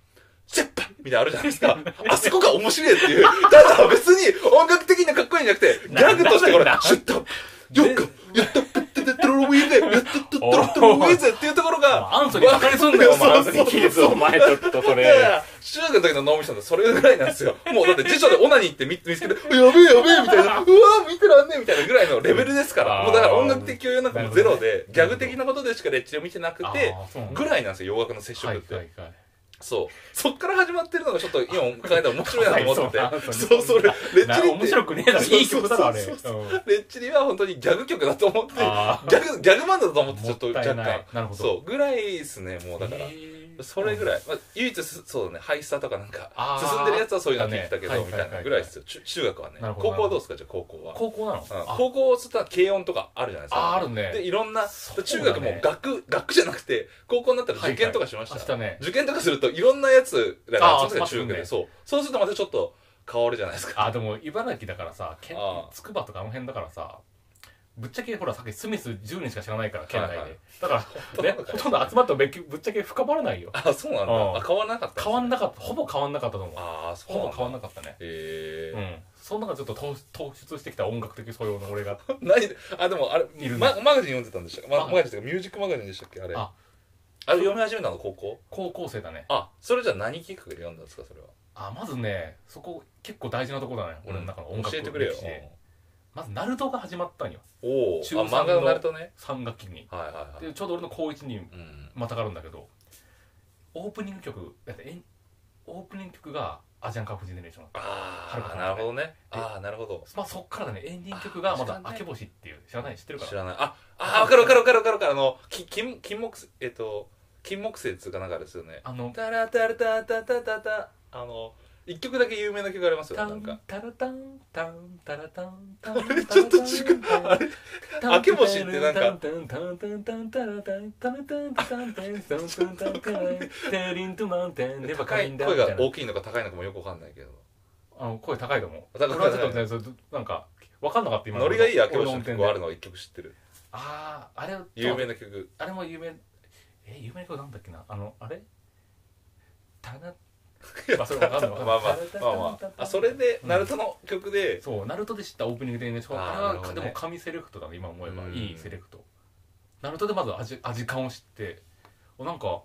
S2: シェッパみたいなのあるじゃないですか。あそこが面白いっていう。ただ別に音楽的にかっこいいんじゃなくて、ギ
S1: な
S2: ャグとしてこれ
S1: なんだ、
S2: シュッタよっかやったぷってて、トロロウィーゼやったトロトロウィーゼっていうところが、
S1: アンソニーバカにすんだよお前アンソニーキーズお前ちょっとそ
S2: いやい
S1: れ
S2: や中学の時の脳みそってそれぐらいなんで すよ。もうだって辞書でオナニーって見見つけて、やべえやべえみたいな、うわー見てらんねえみたいなぐらいのレベルですから。
S1: あー
S2: もうだから音楽的教養なんかもうゼロで、ギャグ的なことでしかレッチリを見てなくて
S1: あーそうなん、だ
S2: ぐらいなんですよ、洋楽の接触
S1: は
S2: っ
S1: い
S2: て
S1: は。いはい
S2: そうそっから始まってるのがちょっと今考えたら面白いなと思って
S1: はい
S2: て
S1: そう
S2: そうそれレッ
S1: な
S2: チリって
S1: 面白くねえだろいい曲だろあれ
S2: そうそうそう
S1: うん
S2: レッチリは本当にギャグ曲だと思ってギ
S1: あー
S2: ャグギャグ漫だと思ってち
S1: も
S2: ょっと
S1: っ
S2: 若
S1: たいない
S2: 干
S1: なるほど
S2: そうぐらいですねもうだから
S1: へー
S2: それぐらい、まあ、唯一すそうだねハイスタとかなんか
S1: あー
S2: 進んでるやつはそういうの聞いたけど、
S1: だね
S2: みた
S1: はいはいはい
S2: い
S1: は
S2: ないぐらいですよ中中学はね
S1: なるほど
S2: 高校はどうですかじゃあ高校は
S1: 高校なの
S2: うん
S1: あ
S2: 高校をつったら軽音とかあるじゃないですか
S1: ああるね
S2: でいろんな、
S1: そうだね
S2: 中学も学学じゃなくて高校になったら受験とかしました、
S1: はいはいあしたね
S2: 受験とかするといろんなやつらが集まって
S1: あー集
S2: た
S1: ま
S2: 中
S1: って
S2: 学
S1: く
S2: で、
S1: んね
S2: そうそうするとまたちょっと変わるじゃないですか
S1: あでも茨城だからさ県
S2: ああ
S1: つくばとかあの辺だからさぶっちゃけほらさっきスミス10人しか知らないから県内で、
S2: はいはい
S1: だからね
S2: ほとんど
S1: ほとん
S2: だね
S1: ど集まっても別にぶっちゃけ深まらないよ
S2: あそうなんだ
S1: うん
S2: あ変わらなかった
S1: 変わんな
S2: かっ
S1: かったほぼ変わんなかったと思う
S2: たああそう
S1: ほぼ変わん
S2: んだ
S1: なかったね
S2: え
S1: う
S2: え
S1: んその中でちょっと突突出してきた音楽的素養の俺 が
S2: ないあでもあれ
S1: いるね
S2: ママガジン読んでたんでしたっけ、ま、
S1: あ
S2: マガジンとかミュージックマガジンでしたっけあれ
S1: あ
S2: あれ読み始めたの高校
S1: 高校生だね
S2: あそれじゃあ何きっかけで読んだんですかそれは
S1: あまずねそこ結構大事なとこだね俺の中の音楽
S2: 教えてくれよ
S1: 歴史でまずナルトが始まったんよ
S2: うんおお
S1: 中三の
S2: 漫画のなるとね
S1: 3学期に
S2: はいはいはい
S1: でちょうど俺の高1に
S2: うん
S1: またがるんだけどオープニング曲だってエンオープニング曲がアジアンカーフジェネレーションはる
S2: あ
S1: か
S2: あ
S1: な
S2: なるほどねああなるほど
S1: まあそっからだねエンディング曲がま
S2: あ知
S1: だ
S2: ら
S1: 「
S2: ない
S1: 明け星」っていう知らない知ってるか
S2: 知
S1: ら
S2: らないああ分かる分かる分かる分かる分かるあのき金金木えっと金木星っつうかなんかあれですよね
S1: あの
S2: タラタラタタタタタあの一曲だけ有名な曲あります
S1: 「
S2: よ
S1: タ
S2: なんか
S1: ンタラタンタンタラタンタン」あ
S2: ちょっと違うあれ明け星ってなんか
S1: タンタンタンタンタンタラタンタラタンタンタンタンタンタンタンタンテリントマウンテンネバカ
S2: 高
S1: イ
S2: い
S1: ンダウン
S2: 声
S1: みたい
S2: が
S1: な
S2: 大きいのか高いのかもよく分かんないけど
S1: あの声高いと思う
S2: 高い
S1: 俺はちょっとねそれなんか分かんなかった今の
S2: ノリがいい明け
S1: 俺
S2: 星
S1: の運
S2: の
S1: 転
S2: 曲
S1: で
S2: があるのは一曲知ってる
S1: あああれと
S2: 有名な曲
S1: あれも有名え有名な曲なんだっけなあのあれたなまあそれわかんないわ
S2: ま
S1: か
S2: あ
S1: ん
S2: ま
S1: ない
S2: あまあまああそれでナルトの曲で
S1: そうナルトで知ったオープニングでねそう
S2: あー
S1: あれ
S2: なる
S1: は
S2: ほどね
S1: でも神セレクトだね今思えば
S2: うん
S1: いいセレクトナルトでまず味味感を知っておなんか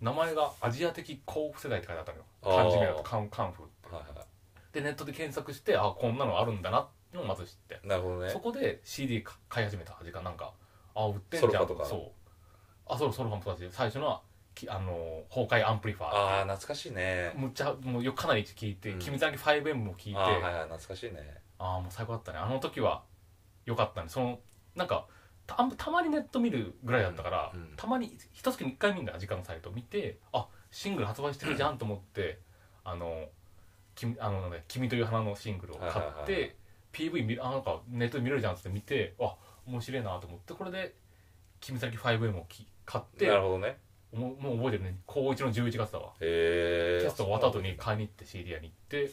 S1: 名前がアジア的甲府世代って書いてあったのよ
S2: あ
S1: 漢
S2: ー
S1: 字名だとカンカンフ
S2: はいは
S1: でネットで検索してあこんなのあるんだなっていうのをまず知って
S2: いなるほどね
S1: そこで CD か買い始めた時間なんかあ売ってんじゃん
S2: ソロファとか
S1: そうあそうソロファもそうだし最初のはきあのー崩壊アンプリファ
S2: あ
S1: ー
S2: あ懐かしいね
S1: むっちゃもうよかなり聞いて「
S2: うん
S1: 君だけ 5M」も聞いて
S2: あー
S1: あ、
S2: はいはい懐かしいね
S1: あーもう最高だったねあの時はよかったねそのなんかたあんたまにネット見るぐらいだったから、
S2: うんうん
S1: たまに一月に1回見るんだよ時間のサイト見てあシングル発売してるじゃんと思って、あの君あのなんだ君という花のシングルを買って、
S2: はいはいはい
S1: PV 見るあなんかネットで見れるじゃんっつって見てあ面白いなと思ってこれで「君先 5M」をき買って
S2: なるほどね
S1: おももう覚えてるね高1の11月だわ
S2: へえ
S1: テスト終わった後に買いに行って CD 屋に行って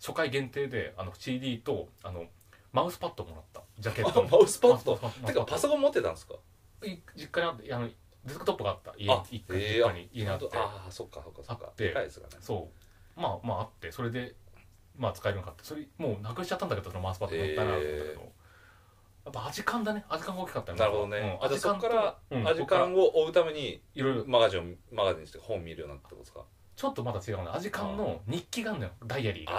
S1: 初回限定であの CD とあのマウスパッドもらったジャケット
S2: あマウスパッド
S1: マウス
S2: てかパソコン持ってたんですか
S1: コンい実家にあってあのデスクトップがあった家に一回実家に家にあって
S2: ああそっかそっかそ
S1: あ
S2: っか
S1: って
S2: でかいですからね
S1: そうまあまああってそれでまあ使えるのかってそれもうなくしちゃったんだけどそのマウスパッドもったいなと思ったけど、
S2: え
S1: やっぱ味感だね味感が大きかったよ
S2: なるほどね
S1: うん
S2: あじゃあそっから
S1: とうん
S2: 味
S1: そっ
S2: 感を追うために
S1: いろいろ
S2: マガジンマガジンして本見るようになったってことですか
S1: ちょっとまだ違うな味感の日記があるのよダイアリーがホ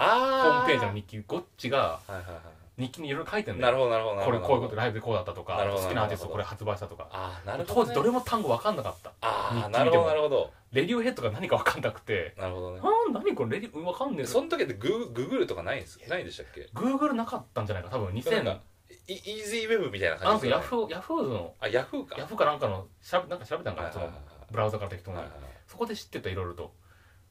S1: ー
S2: あ
S1: ムページの
S2: に
S1: 日記ゴッチが
S2: はいはいは
S1: 日記にいろいろ書いてん
S2: い
S1: だ
S2: な
S1: よ
S2: るほどなるほどな
S1: これ
S2: るほど
S1: こういうことライブでこうだったとか
S2: なるほど
S1: 好きなアーティストこれ発売したとか
S2: ああなる
S1: 当
S2: ほど
S1: 時
S2: ね
S1: どれも単語分かんなかった
S2: ああ
S1: 日記見
S2: なる
S1: て
S2: ほ
S1: も
S2: どなるほど
S1: レディオヘッドが何か分かんなくて
S2: なるほど
S1: あ
S2: ね
S1: ー何これレディ分かんね
S2: で
S1: え
S2: その時ってグググルとかないんですないんでしたっけ
S1: Google なかったんじゃないか多分
S2: なん
S1: 2000
S2: かイイージーウェブみたいな
S1: なん
S2: 感
S1: か
S2: じです
S1: ヤ
S2: よね
S1: フーヤフーの
S2: あヤフーか
S1: ヤフーかなんかのしゃべなんか調べたんか
S2: は
S1: ないそ
S2: はい
S1: の
S2: はい
S1: ブラウザから適当
S2: はい
S1: なそこで知ってたいろいろと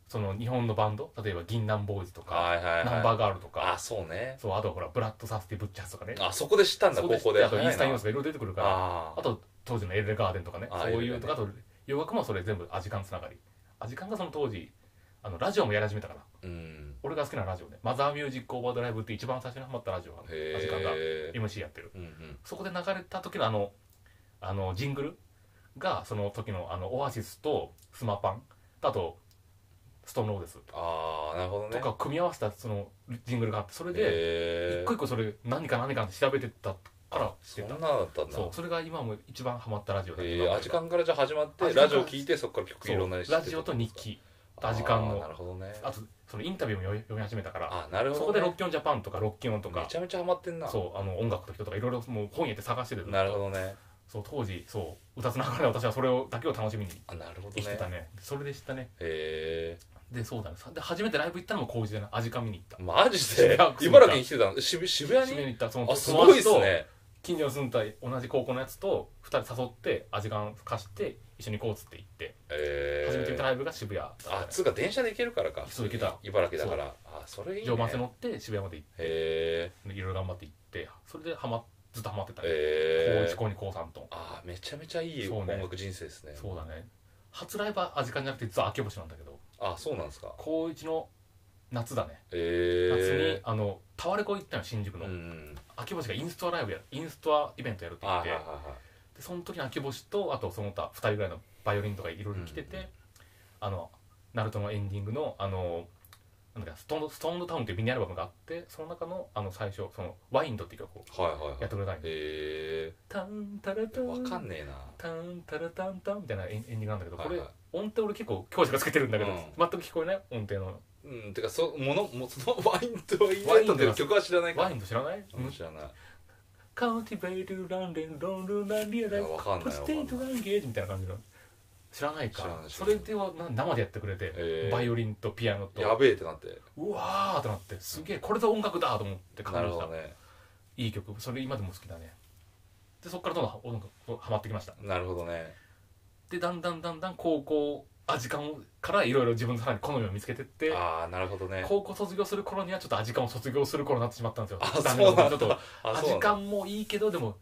S1: その日本のバンド例えば銀杏ボーイズとか
S2: はいはいはい
S1: ナンバーガールと
S2: あ
S1: か
S2: そうね
S1: そうあとはほらブラッドサスティブッチャーズとかね
S2: あそこで知ったんだ
S1: そ
S2: 高
S1: こで知
S2: 校
S1: って
S2: で
S1: あとイースタン要素
S2: ス
S1: がいろいろ出てくるから
S2: あ
S1: あと当時のエルレガーデンとかね
S2: あ
S1: そう
S2: エ
S1: い
S2: ル
S1: う
S2: レ
S1: と
S2: ね
S1: かあと洋楽もそれ全部アジカンつながりアジカンがその当時あのラジオもやり始めたから
S2: あうん
S1: 俺が好きなラジオねマザーミュージックオーバードライブって一番最初にハマったラジオが
S2: へ
S1: アジカンが
S2: え
S1: MC やってる
S2: うんうん
S1: そこで流れた時のあのあのジングルがその時のあのオアシスとスマパンあとストーンローデス
S2: ああなるほどね
S1: とか組み合わせたそのジングルがあってそれで
S2: で
S1: 一個一個それ何か何かって調べてたから知
S2: そ
S1: っ
S2: ん
S1: て
S2: な
S1: た
S2: のだったんだ
S1: そうそれが今も一番ハマったラジオだ
S2: えー、アジカンからじゃあ始まっ
S1: ア
S2: て
S1: ジカン
S2: ラ
S1: か
S2: ジ
S1: ら
S2: オ聞いてそこから曲いろんな
S1: そう
S2: 知って
S1: ラジオと日記アジカン
S2: あー
S1: の
S2: なるほどね
S1: あとそのインタビューも読み読み始めたから、
S2: あなるほど、ね、
S1: そこでロッキオンジャパンとかロッキオンとか
S2: めちゃめちゃハマってんな
S1: そうあの音楽と人とかいろいろもう本屋で探してる
S2: なるほどね
S1: そう当時そう歌つながら私はそれをだけを楽しみに
S2: あなるほど
S1: 生きて
S2: ね
S1: たねそれで知ったね
S2: へえ
S1: でそうだねさで初めてライブ行ったのも高じでね味見に行った
S2: マジ
S1: 渋
S2: で
S1: 谷区
S2: 茨城に来てたの渋渋谷
S1: 締めに
S2: に
S1: 行ったその
S2: あすごいです
S1: 友達と
S2: ね
S1: 近所の住んだ同じ高校のやつと2人誘って味ン貸して一緒に行こうっつって行って
S2: え
S1: 初めて見た
S2: ー、
S1: ライブが渋谷だったね
S2: あつうか電車で行けるからか
S1: そう行けた
S2: 茨城だからあそれいいね
S1: 常磐線乗って渋谷まで行って
S2: へ
S1: いろいろ頑張って行ってそれでハマずっとハマってた
S2: え
S1: ね高
S2: え
S1: 一
S2: ー、
S1: 高二高三と
S2: あめちゃめちゃいい
S1: そう
S2: 音
S1: ね
S2: 楽人生ですね
S1: そうだね初ライブは味ンじゃなくて実は秋星なんだけど
S2: あそうなんですか
S1: 高一の夏だね夏に
S2: へえ
S1: あのタワレコ行ったの新宿
S2: ー、
S1: の、
S2: うん
S1: 秋星がインストアライブやインストアイベントやるって
S2: あ
S1: 言っ
S2: はい
S1: て
S2: はいは
S1: でその時に秋星とあとその他2人ぐらいのバイオリンとかいろいろ来てて、
S2: うんうん
S1: あのナルトのエンディングのあのなんだかストーンドストーンドタウンっていうミニアルバムがあってその中のあの最初そのワインドっていう曲を
S2: いはいはいはい
S1: やってくれたんで、
S2: へ
S1: タンタラ
S2: え
S1: タ
S2: ー、
S1: ン
S2: わかんねえな
S1: タンタラタンタンみたいなエンエンディングなんだけどこれ、
S2: はいはい
S1: 音程俺結構教師がつけてるんだけど、
S2: うん
S1: 全く聞こえない音程の
S2: うん、てかそものもその ワインとワイン
S1: ワイン
S2: という曲は知らないか
S1: ワ
S2: ら
S1: インド知らない、
S2: うん知らない
S1: カウンティベイトランデンロンルランリアライ
S2: いやわかんない
S1: プステイトランゲージみたいな感じの知らない
S2: 知ら
S1: か
S2: ない知
S1: そ
S2: らない
S1: れではな生でやってくれて、
S2: えー
S1: バイオリンとピアノ
S2: や
S1: と
S2: べえってなって
S1: うわーってなってすげえこれで音楽だと思って
S2: な
S1: 感
S2: る
S1: 動し
S2: ほ
S1: た、
S2: どね
S1: いい曲それ今でも好きだねでそっからどんどん音楽ハマってきました
S2: なるほどね
S1: でだんだんだんだん高校あ時間からいろいろ自分のさらに好みを見つけてって
S2: ああなるほどね
S1: 高校卒業する頃にはちょっとアジカンを卒業する頃になってしまったんですよ
S2: あ
S1: 残
S2: そ
S1: 念
S2: う
S1: な
S2: な
S1: こ
S2: ん
S1: と
S2: だ
S1: にちょっと
S2: あ
S1: ア
S2: そうな
S1: ジ
S2: んだ
S1: カンもいいけどでも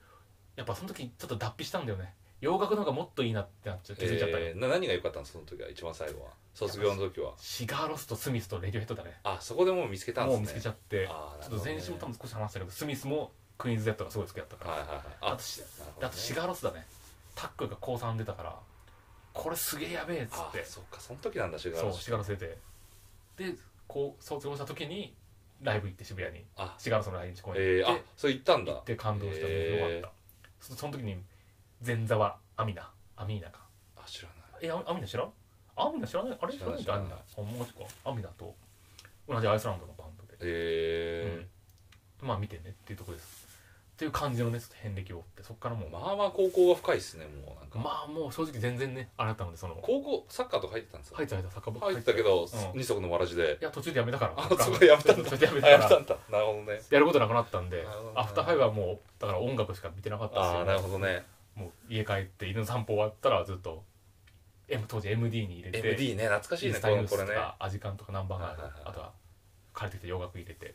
S1: やっぱその時ちょっと脱皮したんだよね洋楽の方がもっといいなってなっちゃ気づいちゃったね、
S2: えーな何が良かったのその時は一番最後は卒業の時は
S1: シガーロスとスミスとレディオヘッドだね
S2: あそこでもう見つけたんです
S1: も
S2: ね
S1: う見つけちゃって
S2: あー
S1: ち
S2: な
S1: ょ
S2: る
S1: っと
S2: ほどね
S1: 前週も多分少し話したけどスミスもクイーンズ Z がすごい好きだったから、
S2: はいはいはい
S1: あとしであとシ
S2: が
S1: ガーロスだねタックが高3出たからこれすげえやべえっつ
S2: あ
S1: って
S2: そっかその時なんだシガ
S1: そう
S2: ー
S1: シガーロス出てでこう卒業した時にライブ行って渋谷に
S2: あ
S1: シガーロスの来日公演
S2: え
S1: 行っ
S2: ー、あ
S1: て
S2: それ行ったん
S1: 行っ
S2: だ
S1: て感動したね、
S2: えー
S1: よかったそその時に前座はアミナアミーナか
S2: あ知らない
S1: えアアミナ知らんアミナ知らないあれ
S2: 知
S1: 知
S2: ら
S1: らな
S2: な
S1: いいんだア
S2: 知ら
S1: ミナ
S2: ない
S1: あマジかアミナと同じアイスランドのバンドで
S2: え
S1: まあ見てねっていうところですっていう感じのねちょっと遍歴を追ってそっからも
S2: ー
S1: うま
S2: まあまあ高校は深いですねもうなんか
S1: あもう正直全然ねあれだったのでその
S2: 高校サッカーとか入ってたんですか
S1: 入った入ったサッカーボ
S2: 入ったけど
S1: うん
S2: 二足のわらじで
S1: いや途中でやめたから
S2: あそこでやめたんだ
S1: 途中でやめたか
S2: あやめた
S1: ら
S2: んだなるほどね
S1: やることなくなったんで
S2: なるほどね
S1: アフターファイブはもうだから音楽しか見てなかったです
S2: ああ
S1: よ、
S2: ーなるほどね
S1: もう家帰って犬の散歩終わったらずっと、M、当時 MD に入れて
S2: MD ね懐かしい
S1: イン
S2: ね
S1: ス
S2: こ
S1: タニュ
S2: の
S1: ース
S2: ことれね
S1: かアジカンとかナンバーガール
S2: はいはいはい
S1: あとは借りてきた洋楽入れて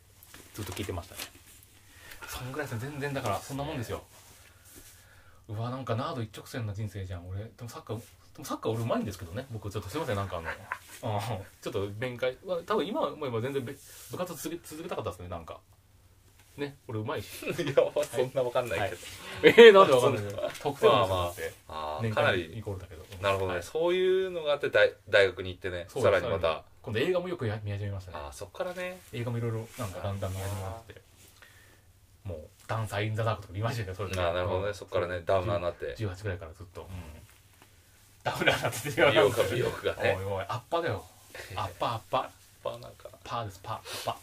S1: ずっと聴いてましたねそんぐらいですね全然だからそんなもんですようわなんかナード一直線な人生じゃん俺でもサッカーでもサッカー俺うまいんですけどね僕ちょっとすいませんなんかあの あーちょっと弁解は多分今思えば全然べ部活続け続けたかったですねなんかね俺うまい し
S2: いやまあそんなわかんない
S1: はい
S2: けど
S1: えー、なんでわかん ない特性なんですよ
S2: まあまあ
S1: だって
S2: ああ
S1: 年
S2: かな
S1: 間
S2: り
S1: イコールだけどうん
S2: なるほど
S1: は
S2: ね
S1: い
S2: そういうのがあって大大学に行ってね
S1: そう
S2: さらにまた
S1: 今度映画もよくや見始めましたね
S2: ああそっからね
S1: 映画もいろいろなんかだんだん見始めましてもう「ダンサー・イン・ザ・ダーク」とか見ましたけどそれで
S2: ああなるほど
S1: う
S2: ね
S1: ん
S2: そっからねダウナーになって
S1: 18ぐらいからずっと、うん、ダウナーになってて
S2: 美容家美容家が
S1: おい
S2: ね
S1: おいアッパーだよアッパーアッパー
S2: やっぱなんか
S1: パーですパーアッパー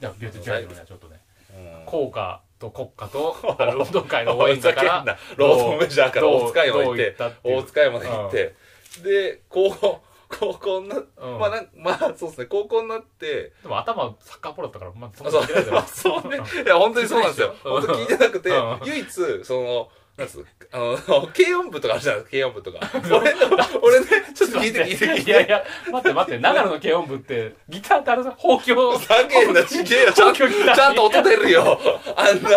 S1: じゃあ病気違うよねちょっとね
S2: うん
S1: 効果と国家とあの運動会の応援だか
S2: ふざけ
S1: ら
S2: んなロードメジャーから
S1: どう
S2: 大塚山行っ
S1: どう
S2: て
S1: たっていう
S2: 大塚山まで行ってで高校高校にな
S1: うん
S2: まあなんまあそうですね高校になって
S1: でも頭サッカーボールだったからまあそん
S2: あ
S1: な
S2: そ
S1: にいけないだろ
S2: う そうねいや本当にそうなんですよ
S1: 聞いてないでしょ
S2: 本当聞いてなくて
S1: うん
S2: 唯一そのなんつうあの軽音部とかあるじゃないですか軽音部とか 俺俺ねちょっと聞いて聞いて聞い
S1: いやい
S2: て
S1: や待って待って長野の軽音部ってギターってあれさ包協
S2: だけんなちげえよちゃん
S1: 東京ギター
S2: ちゃんと音出るよあんな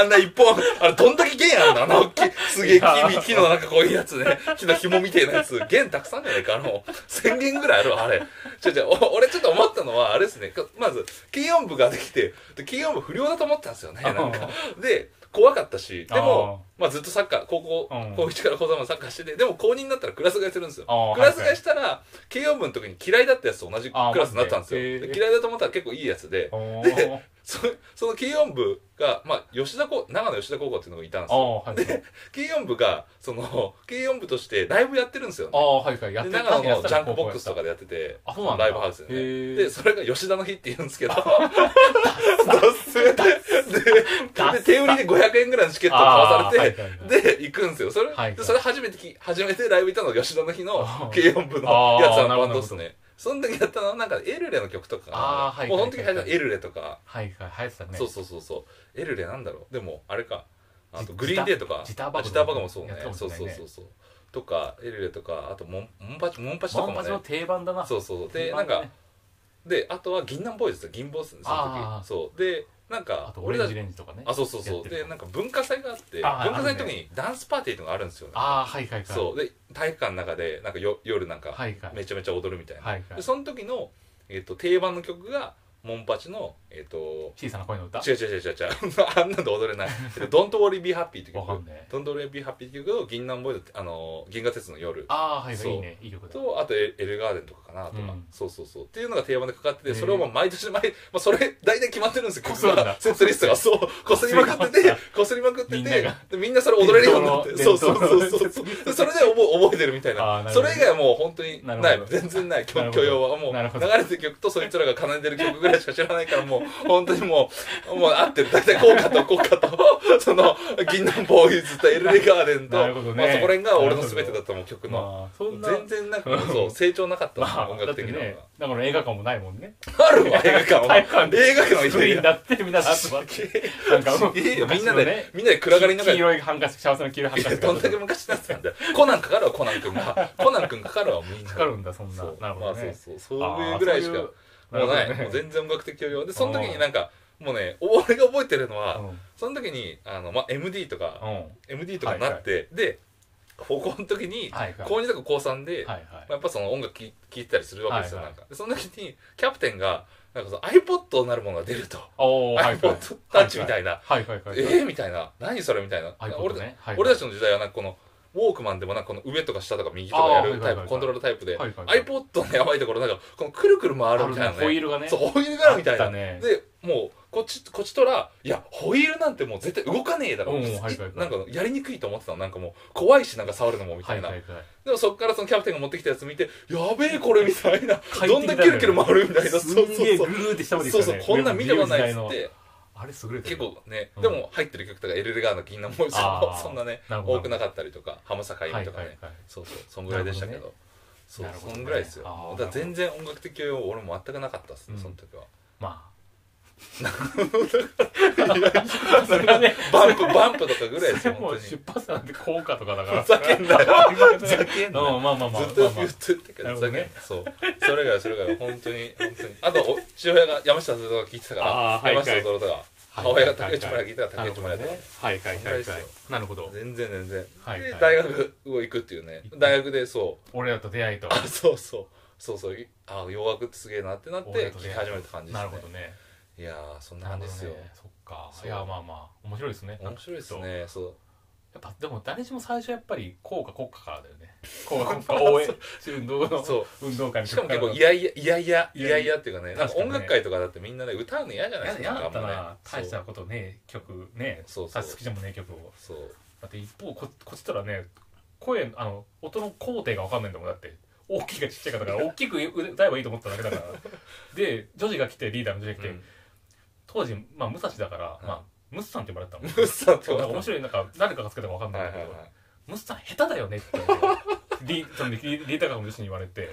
S2: あんな一本あれどんだけ弦あんのあの木すげえ
S1: いや
S2: 木木のなんかこういうやつね木の紐みたいなやつ弦たくさんじゃないかあの1000弦ぐらいあるわあれちょちょお俺ちょっと思ったのはあれですねかまず軽音部ができてで軽音部不良だと思ったんですよねなんかで怖かったしでもまあずっとサッカー高校
S1: うん
S2: 高1から高3までサッカーしててでも高2になったらクラス替えするんですよ
S1: あー
S2: クラス替えしたら軽音部の時に嫌いだったやつと同じクラスになったんで
S1: あーマジ
S2: す
S1: でへ
S2: よ
S1: ー
S2: で嫌いだと思ったら結構いいやつで
S1: おー
S2: そ その軽音部が、まあ、吉田高長野吉田高校っていうのがいたんです
S1: あ
S2: よ
S1: あはいはい
S2: 軽音部がその軽音部としてライブやってるんですよ、
S1: あ
S2: ね、
S1: あはいはいやっ
S2: で
S1: て
S2: 長野のジャンクボックスとか
S1: で
S2: でやってて
S1: あそうなんだ
S2: ライブハウスで、
S1: へ
S2: ね、
S1: ー
S2: でそれが吉田の日って言うんですけどダッセー
S1: ダ
S2: でで
S1: ッ
S2: 手売りで500円ぐらいのチケットを買わされて、
S1: あーはいはいはい
S2: で行くんですよそれ,、
S1: はいはい
S2: でそれ初めてき初めてライブ行ったのが吉田の日の
S1: あー
S2: 軽音部の
S1: あー
S2: やつらのバン
S1: な
S2: ド
S1: るほど
S2: ですねその時やったのはなんかエルレの曲とかかな
S1: あーはい
S2: も
S1: は
S2: う
S1: い
S2: その時流行った
S1: は
S2: の
S1: い
S2: エルレとか、
S1: はいはい流行ってたね
S2: そうそうそうそうエルレなんだろうでもあれかあ
S1: ジ
S2: とグリーンデーとか
S1: ジターバグ
S2: あジターバグもそうね
S1: やったこと
S2: そう
S1: ない
S2: そ
S1: ね
S2: うそうそうとかエルレとかあとモンモンパチモンパチとか
S1: モ
S2: も
S1: ン
S2: ね
S1: パチの定番だな
S2: そうそうそうで
S1: 定
S2: な
S1: 番
S2: ん
S1: だ
S2: か
S1: ね
S2: であとは銀杏ボーイズですよ銀坊ですその
S1: あー
S2: 時そうでなんか
S1: あとオ
S2: 俺
S1: レ
S2: た
S1: ン
S2: ち
S1: ジレンジとかね
S2: あそうそう
S1: や
S2: そ
S1: っ
S2: う
S1: て
S2: で
S1: る
S2: なんか文化祭があって文
S1: あはい
S2: 化祭の
S1: ある
S2: 時
S1: ね
S2: にダンスパーティーとかあるんですよね
S1: ああはいはいはい
S2: そうで体育館の中でなんかよ夜なんか
S1: はいはい
S2: めちゃめちゃ踊るみたいな
S1: はいは
S2: で
S1: い
S2: その時のえっと定番の曲がモンパチのえっと
S1: 小さな声の歌
S2: 違う違う違う違う違 うあんなの踊れ ない「Don't Worry Be Happy」って曲
S1: わかんね
S2: 「Don't Worry Be Happy」って曲を銀杏ボーイズあの銀河鉄の夜
S1: ああはいは
S2: そう
S1: いいいねいい曲だ
S2: とあとエエルガーデンとかかなとか、
S1: うん
S2: そうそうそうっていうのが定番でかかって
S1: へ
S2: て
S1: ー
S2: それをもう毎年毎、まあ、それ大体決まってるんですよ
S1: こするんだ
S2: 曲がセットリストがそうこすりまくっててこすりまくってて
S1: みんなが
S2: でみんなそれ踊れるようになって
S1: 伝
S2: そう
S1: 統の
S2: そうそうそうそ
S1: 伝統の
S2: れで覚え覚えてるみたい
S1: あ
S2: な
S1: ーなる
S2: そ
S1: ほど
S2: れ以外はもう本当にない
S1: なるほど
S2: 全然な
S1: なる
S2: い許
S1: ほど
S2: 許容はもう
S1: なるほ
S2: 流
S1: ど
S2: れてる曲とそいつらが奏でる曲ぐらいしか知らないからもう 本当にもうもう合ってる大体こうかとこうかとその銀杏ボーイズとエルレガーデンと、
S1: なるほどね
S2: まあ、そこら辺が俺の全てだったもう曲の。
S1: まあそんな
S2: 全然な んかそう成長なかった
S1: ま
S2: な
S1: あ
S2: 音
S1: だ
S2: 楽
S1: って
S2: 的なの
S1: ね
S2: が
S1: だから映画館もないもんね
S2: あるわ映画館は
S1: 体育館で
S2: 映画館はい
S1: スクリーン
S2: や
S1: になってみんなで集まってなんか
S2: いやいやみんな
S1: 昔の
S2: で
S1: ね
S2: みんなで暗がりの中
S1: 黄
S2: でい
S1: 色いハンカチ幸せの黄色いハンカ
S2: や
S1: チ
S2: どんだけ昔のやつなんだよコナンかかるわコナン 君がコナン君かかるわみんな
S1: かかるんだそんな
S2: そう
S1: なるほどね
S2: まあそうそうそういうぐらいしか
S1: あー
S2: も
S1: そういう
S2: うない
S1: なるほどね
S2: もう全然音楽的教養でその時になんかもうね俺が覚えてるのは
S1: う
S2: その時にあのまあ MD とか
S1: んうん
S2: MD とかになってで高校の時に
S1: はいはい
S2: 高2とか高3で
S1: はい
S2: まあやっぱその音楽聴いてたりするわけですよ、
S1: はいはい
S2: なんかでその時にキャプテンがなんかその iPod なるものが出ると
S1: はい
S2: iPod タッチみたいな、
S1: はいはいはいはい
S2: えー、みたいな何それみたいな、
S1: iPod ね
S2: 俺た
S1: はいはい
S2: 俺たちの時代はなんかこのウォークマンでもなんかこの上とか下とか右とかやる
S1: あー
S2: タ
S1: はいはいはいは
S2: イプ
S1: い
S2: コントロールタイプで、
S1: はいはいはい
S2: iPod のやばいところなんかこのくるくる回るみたいな
S1: あるねホイールがね
S2: そうホイールがあるみたい
S1: あ
S2: な
S1: ったね
S2: でもうこっちこっちとらいやホイールなんてもう絶対動かねえだろ、
S1: うんはいはいはい
S2: なんかやりにくいと思ってたのなんかもう怖いしなんか触るのもみた
S1: はいい
S2: な、
S1: はいはい
S2: でもそっからそのキャプテンが持ってきたやつ見て、やべえこれみたいな、
S1: 快適だ
S2: ど
S1: よ
S2: ん
S1: ね
S2: だけキュルキュル回るみたいな、そう
S1: す
S2: そうん
S1: げえ
S2: そ
S1: ぐ
S2: う。
S1: るーってしたまで
S2: そうそう、こんなん見てもないっつっ
S1: の
S2: て、
S1: あれ優れて
S2: 結
S1: る
S2: 構ね、
S1: うん
S2: でも入ってる曲とか、エルレガーの銀杏ボーイズ
S1: あ
S2: も
S1: ー
S2: そんなね、
S1: なるほど
S2: 多くなかったりとか、浜坂由
S1: は
S2: 美
S1: い
S2: と
S1: はい
S2: かね、
S1: はい
S2: そうそう、そんぐらいでしたけ
S1: なる
S2: ど、そう
S1: なる、ほど
S2: そ
S1: ね
S2: んぐらいですよ。
S1: あー
S2: だから全然音楽的教養俺も全くなかったっすね
S1: う、ん
S2: その時は。
S1: まあ それ
S2: バ
S1: はね
S2: ンプ、バンプとかぐらい ですよ、
S1: も
S2: 本
S1: う
S2: 当に
S1: 出。発なんて効果とかだから
S2: ふざけんなよ
S1: ふ
S2: ざけんなよ
S1: うんまあまあまあ
S2: ず
S1: ま
S2: っ
S1: あ
S2: と
S1: ま
S2: 言ってるけ
S1: な
S2: ど、
S1: るほ
S2: ふざ
S1: ど
S2: けんな
S1: ね
S2: そう。それが、それが、本当に、本当に。あと、お父親が山下達郎が聞いてたか
S1: あー
S2: ら、
S1: はいは
S2: 山
S1: い
S2: 下達郎とか、
S1: あ
S2: 母親が竹内村が聞いてたから、竹内村
S1: な
S2: と
S1: る
S2: か
S1: ほど。ねはいはいはいはい
S2: そんぐらいで
S1: なるほど
S2: 全然全然。
S1: はい
S2: で
S1: はい
S2: 大学を行くっていうね。大学で、そう。
S1: 俺らと出会いと
S2: あ、そうそう。そうそう。いあ、洋楽ってすげえなってなって、
S1: 俺ら
S2: 聞
S1: と
S2: き
S1: 出会い
S2: 始めた感じです
S1: な
S2: ね
S1: るほ。どね
S2: いやー、そんな感じですよ
S1: な。るほどねそっ
S2: そ
S1: か
S2: う
S1: いやまあまあ面白いですね
S2: 面白いですね。そう。
S1: やっぱでも誰しも最初やっぱり効果国家からだよ ね効果国家応援運動の
S2: そう
S1: 運動会の
S2: しかも結構、い
S1: 嫌
S2: やいや、いやいや、いやいやっていうかね、なんか
S1: 確かに
S2: 音
S1: ね
S2: 楽会とかだってみんなね、歌うの嫌じゃないですか。
S1: 嫌だった
S2: なんかあんま
S1: な
S2: ね
S1: 大したことねえ曲ね
S2: そうそう
S1: さ好きでもねえ曲を
S2: そう。そう
S1: だって一方ここっちたらね声あの音の工程が分かんないんだもんだって大きいかちっちゃいかだから大きく歌えばいいと思っただけ だからで女子が来てリーダーの女子が来て、
S2: うん
S1: 当時、まあ、武蔵だから、
S2: うん
S1: まあ、ムスさんって呼ばれてた もん
S2: うっさ
S1: そうなんか
S2: 面
S1: 面白いなんか誰かがつけたか分かんな
S2: は
S1: いい
S2: は
S1: んだ
S2: い
S1: けど、
S2: はい。
S1: ムスさん下手だよねって 言われてリそのリリーダー学の女子に言われて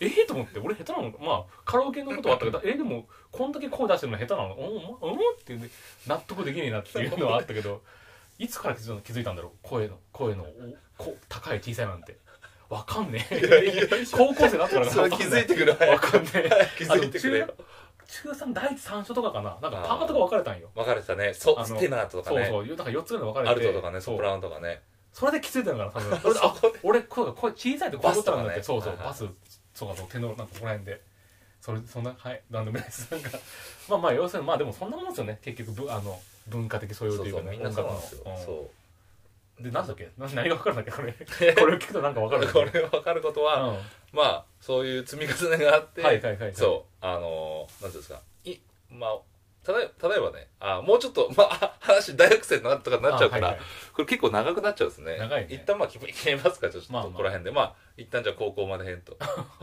S1: ええと思って俺下手なのまあカラオケのことはあったけどえでもこんだけ声出してるの下手なのうんうんうんっていうね納得できねえなっていうのはあったけどいつから気づ気づいたんだろう声の声のおこ高い小さいなんてわかんねえ 高校生になってから
S2: それ気づいてくれ
S1: わかんねえ
S2: 気づいてくれよ
S1: あの中中3第一三所とかかななんかパートが分かれたんよ
S2: 分かれてたねそ
S1: あ
S2: ス
S1: の
S2: テナーとか
S1: そう
S2: ね
S1: そうだから4つぐらい分かれて
S2: アルトとかね
S1: そ
S2: ソ
S1: う
S2: プラノとかね
S1: それで気づいたのかな多分それ であ俺声が声小さいとこういうことなんだって、
S2: バスと
S1: そうそう
S2: かねはいはい
S1: バスそうかそう手のなんかここら辺でそれそんなはいなんでもないですなんか まあまあ要するにまあでもそんなもんですよね結局ぶあの文化的素養
S2: そ
S1: と
S2: う
S1: いう
S2: そ
S1: か
S2: うみ
S1: ね
S2: んなそうなん
S1: 音
S2: ですよ
S1: 楽のうん
S2: そ
S1: で何だっけな何が分かるんだっけこれ これを聞くとなんか分かる
S2: うん
S1: だ
S2: こ
S1: っけ
S2: れ分かることは
S1: うん
S2: まあそういう積み重ねがあって
S1: はいはいはいはい
S2: そうあのーなんていうんですかいまあただただいまねあもうちょっと、まあ、 話大学生になとかになっちゃうから、
S1: あはいはい
S2: これ結構長くなっちゃうんですね
S1: 長いね
S2: 一旦まあ決め決めますかちょっと
S1: まあまあ
S2: ここら辺でまあ、一旦じゃあ高校までへん と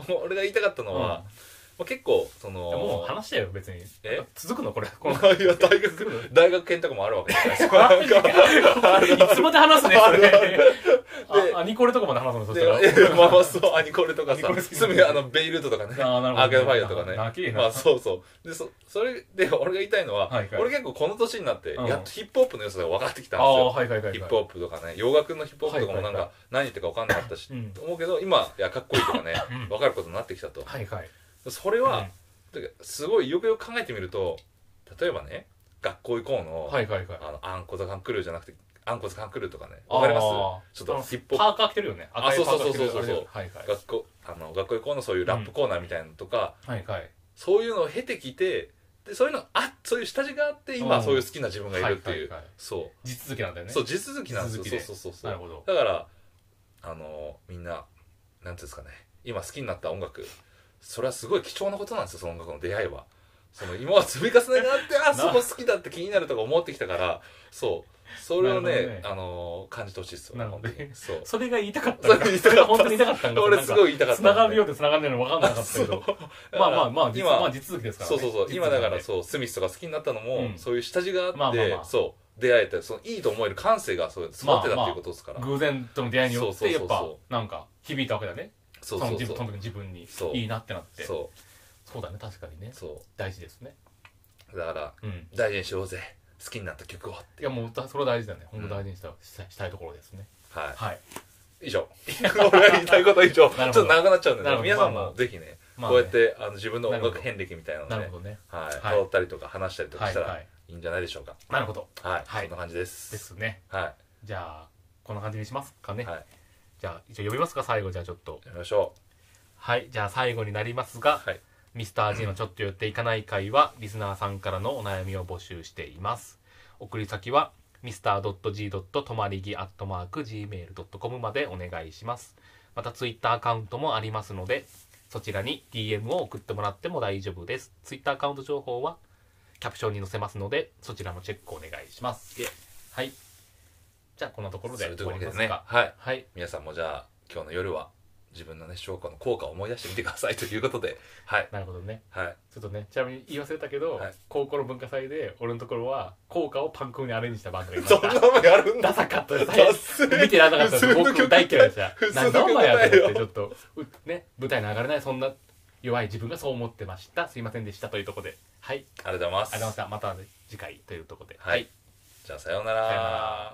S2: もう俺が言いたかったのは、
S1: うん
S2: まあ、結構その
S1: もう話してよ別に
S2: え
S1: 続くの これこ
S2: こ
S1: の
S2: のいや大 学大学研とかもあるわけじゃないですかなんか
S1: いつまで話すねそ
S2: あるあ
S1: れ
S2: るで
S1: あアニコレとかまで話すのそした
S2: で
S1: ら
S2: えまあまあそうアニコレとか
S1: アニ
S2: さ
S1: コレ好き
S2: すぐあのベイルートとかね
S1: あーなるほどね
S2: アーケードファイアとかね
S1: 泣けえな
S2: まあそうそうでそそれで俺が言いたいのは、
S1: はいはい
S2: 俺結構この年になって
S1: うん
S2: やっとヒップホップの良さが分かってきたん
S1: あ
S2: です
S1: あ
S2: よ、
S1: はいはいはいはい
S2: ヒップホップとかね洋楽のヒップホップとかもな
S1: は
S2: ん
S1: いはいは
S2: か何言ってるか分かんなかったし、
S1: うん
S2: 思うけど今いやかっこいいとかね
S1: うん
S2: 分かることになってきたと
S1: はいはい
S2: それは、てかすごいよくよく考えてみると例えばね学校行こうの、
S1: はいはいはい
S2: あのあんこザカンクルーじゃなくてあんこザカンクルーとかね分かります
S1: あー
S2: ちょっとヒップホップ
S1: パーカー着てるよね赤いパーカー着てる
S2: そうそうそうそうそう
S1: あれはいはい
S2: 学校あの学校行こうのそういうラップコーナーみたいなのとか、
S1: はいはい
S2: そういうのを経てきてでそういうのあそういう下地があって
S1: う
S2: 今
S1: ん
S2: そういう好きな自分がいるってい
S1: は
S2: う、
S1: いはいはい
S2: そ
S1: 地続きなんだよ
S2: う、
S1: ね
S2: そう地続きなんですよ
S1: 地続きで
S2: そうそうそうそう
S1: なるほど
S2: だからあのみんななんていうんですかね今好きになった音楽それはすごい貴重なことなんですよその音楽の出会いはその今は積み重ねがあ ってあそこ好きだって気になるとか思ってきたからそうそれをね
S1: なるほどね
S2: あの感じてほしいですよ
S1: なるほどね
S2: 本当 にそう
S1: それが言いたかったん
S2: そ
S1: だ
S2: れ言いたかった
S1: 本当に言いたかったんだ
S2: 俺すごい言いたかったんだ
S1: 繋がるようで繋がんないの分かんなかったけどまあまあまあ実
S2: 今
S1: まあ地続きですから
S2: そう
S1: ね
S2: そうそう今だから
S1: 地続
S2: そうスミスとか好きになったのも、
S1: うん
S2: そういう下地があって、
S1: まあまあまあ
S2: そう出会えてそのいいと思える感性がそう育ってたっていうことですか
S1: き
S2: ら、
S1: なんで偶然との出会いによっ
S2: そう
S1: て
S2: そう
S1: や
S2: そ
S1: っ
S2: うそう
S1: ぱなんか響いたわけだね
S2: そ
S1: そう
S2: そ
S1: の
S2: う
S1: 自
S2: そ
S1: 分その
S2: う
S1: 時自分に
S2: そう
S1: いいなってなって
S2: そ
S1: そうだね確かにね
S2: うそ
S1: 大事ですね
S2: うだから
S1: うん
S2: 大事にしようぜ好きになった曲をはい
S1: やもうだそれは大事だね本当大事にしたしたしたいところですねはい
S2: い以上俺が言いたいことは以上ち
S1: な
S2: ょ
S1: るほど
S2: っと長くなっちゃうんで、
S1: なるほど
S2: ね、皆さん
S1: まあ
S2: も
S1: まあ
S2: ぜひね,、
S1: まあ
S2: こう
S1: ね
S2: やってあの自分の音
S1: なるほ
S2: 楽
S1: ど
S2: 遍歴みたいなの
S1: な
S2: を
S1: る
S2: ね
S1: ほどね
S2: はい、
S1: はい
S2: 踊ったりとか話したりとか
S1: は
S2: し
S1: い
S2: た
S1: は
S2: ら
S1: い
S2: いいんじゃないでしょうか
S1: なるほど
S2: はい、
S1: はい
S2: そんな感じです
S1: ですね
S2: は
S1: じゃあこんな感じにしますか
S2: い、
S1: ね
S2: はい、
S1: じゃあ一応読みますか最後じゃあちょっと
S2: やりましょ
S1: はい、じゃあ最後になりますが、
S2: はい
S1: ミスター G のちょっと寄っていかない会は、リスナーさんからのお悩みを募集しています。送り先は、mr.g.tomarigi.gmail.com までお願いします。またツイッターアカウントもありますので、そちらに DM を送ってもらっても大丈夫です。ツイッターアカウント情報はキャプションに載せますので、そちらもチェックお願いします。
S2: イエイ
S1: はい。じゃあこんなところ
S2: う
S1: で
S2: そういう
S1: 終
S2: と
S1: わ
S2: こ
S1: り
S2: ろ
S1: ま
S2: ですす
S1: か。
S2: ねはい
S1: はい。
S2: 皆さんもじゃあ今日の夜は自分のね消化の効果を思い出してみてくださいということではい
S1: なるほどね。
S2: はい
S1: ちょっとね、ちなみに言い忘れたけど、
S2: はい
S1: 高校の文化祭で、俺のところは、効果をパンクにアレンジしたバンドがいま
S2: そ
S1: し
S2: ん
S1: た。
S2: なのやるんだ
S1: ダサかったで
S2: ダ
S1: す。
S2: セ
S1: 見てられなかったです。
S2: 普通の曲
S1: 僕大嫌いでした
S2: 普。通の
S1: なん
S2: 曲
S1: だお前やと思っ
S2: だよ
S1: て、ちょっと、うね、舞台に上がれない、そんな弱い自分がそう思ってました。すいませんでした。というところで。はい。
S2: ありがとうございます
S1: ありがとうございました。また次回というところで。
S2: はいじゃあさようなら
S1: さようなら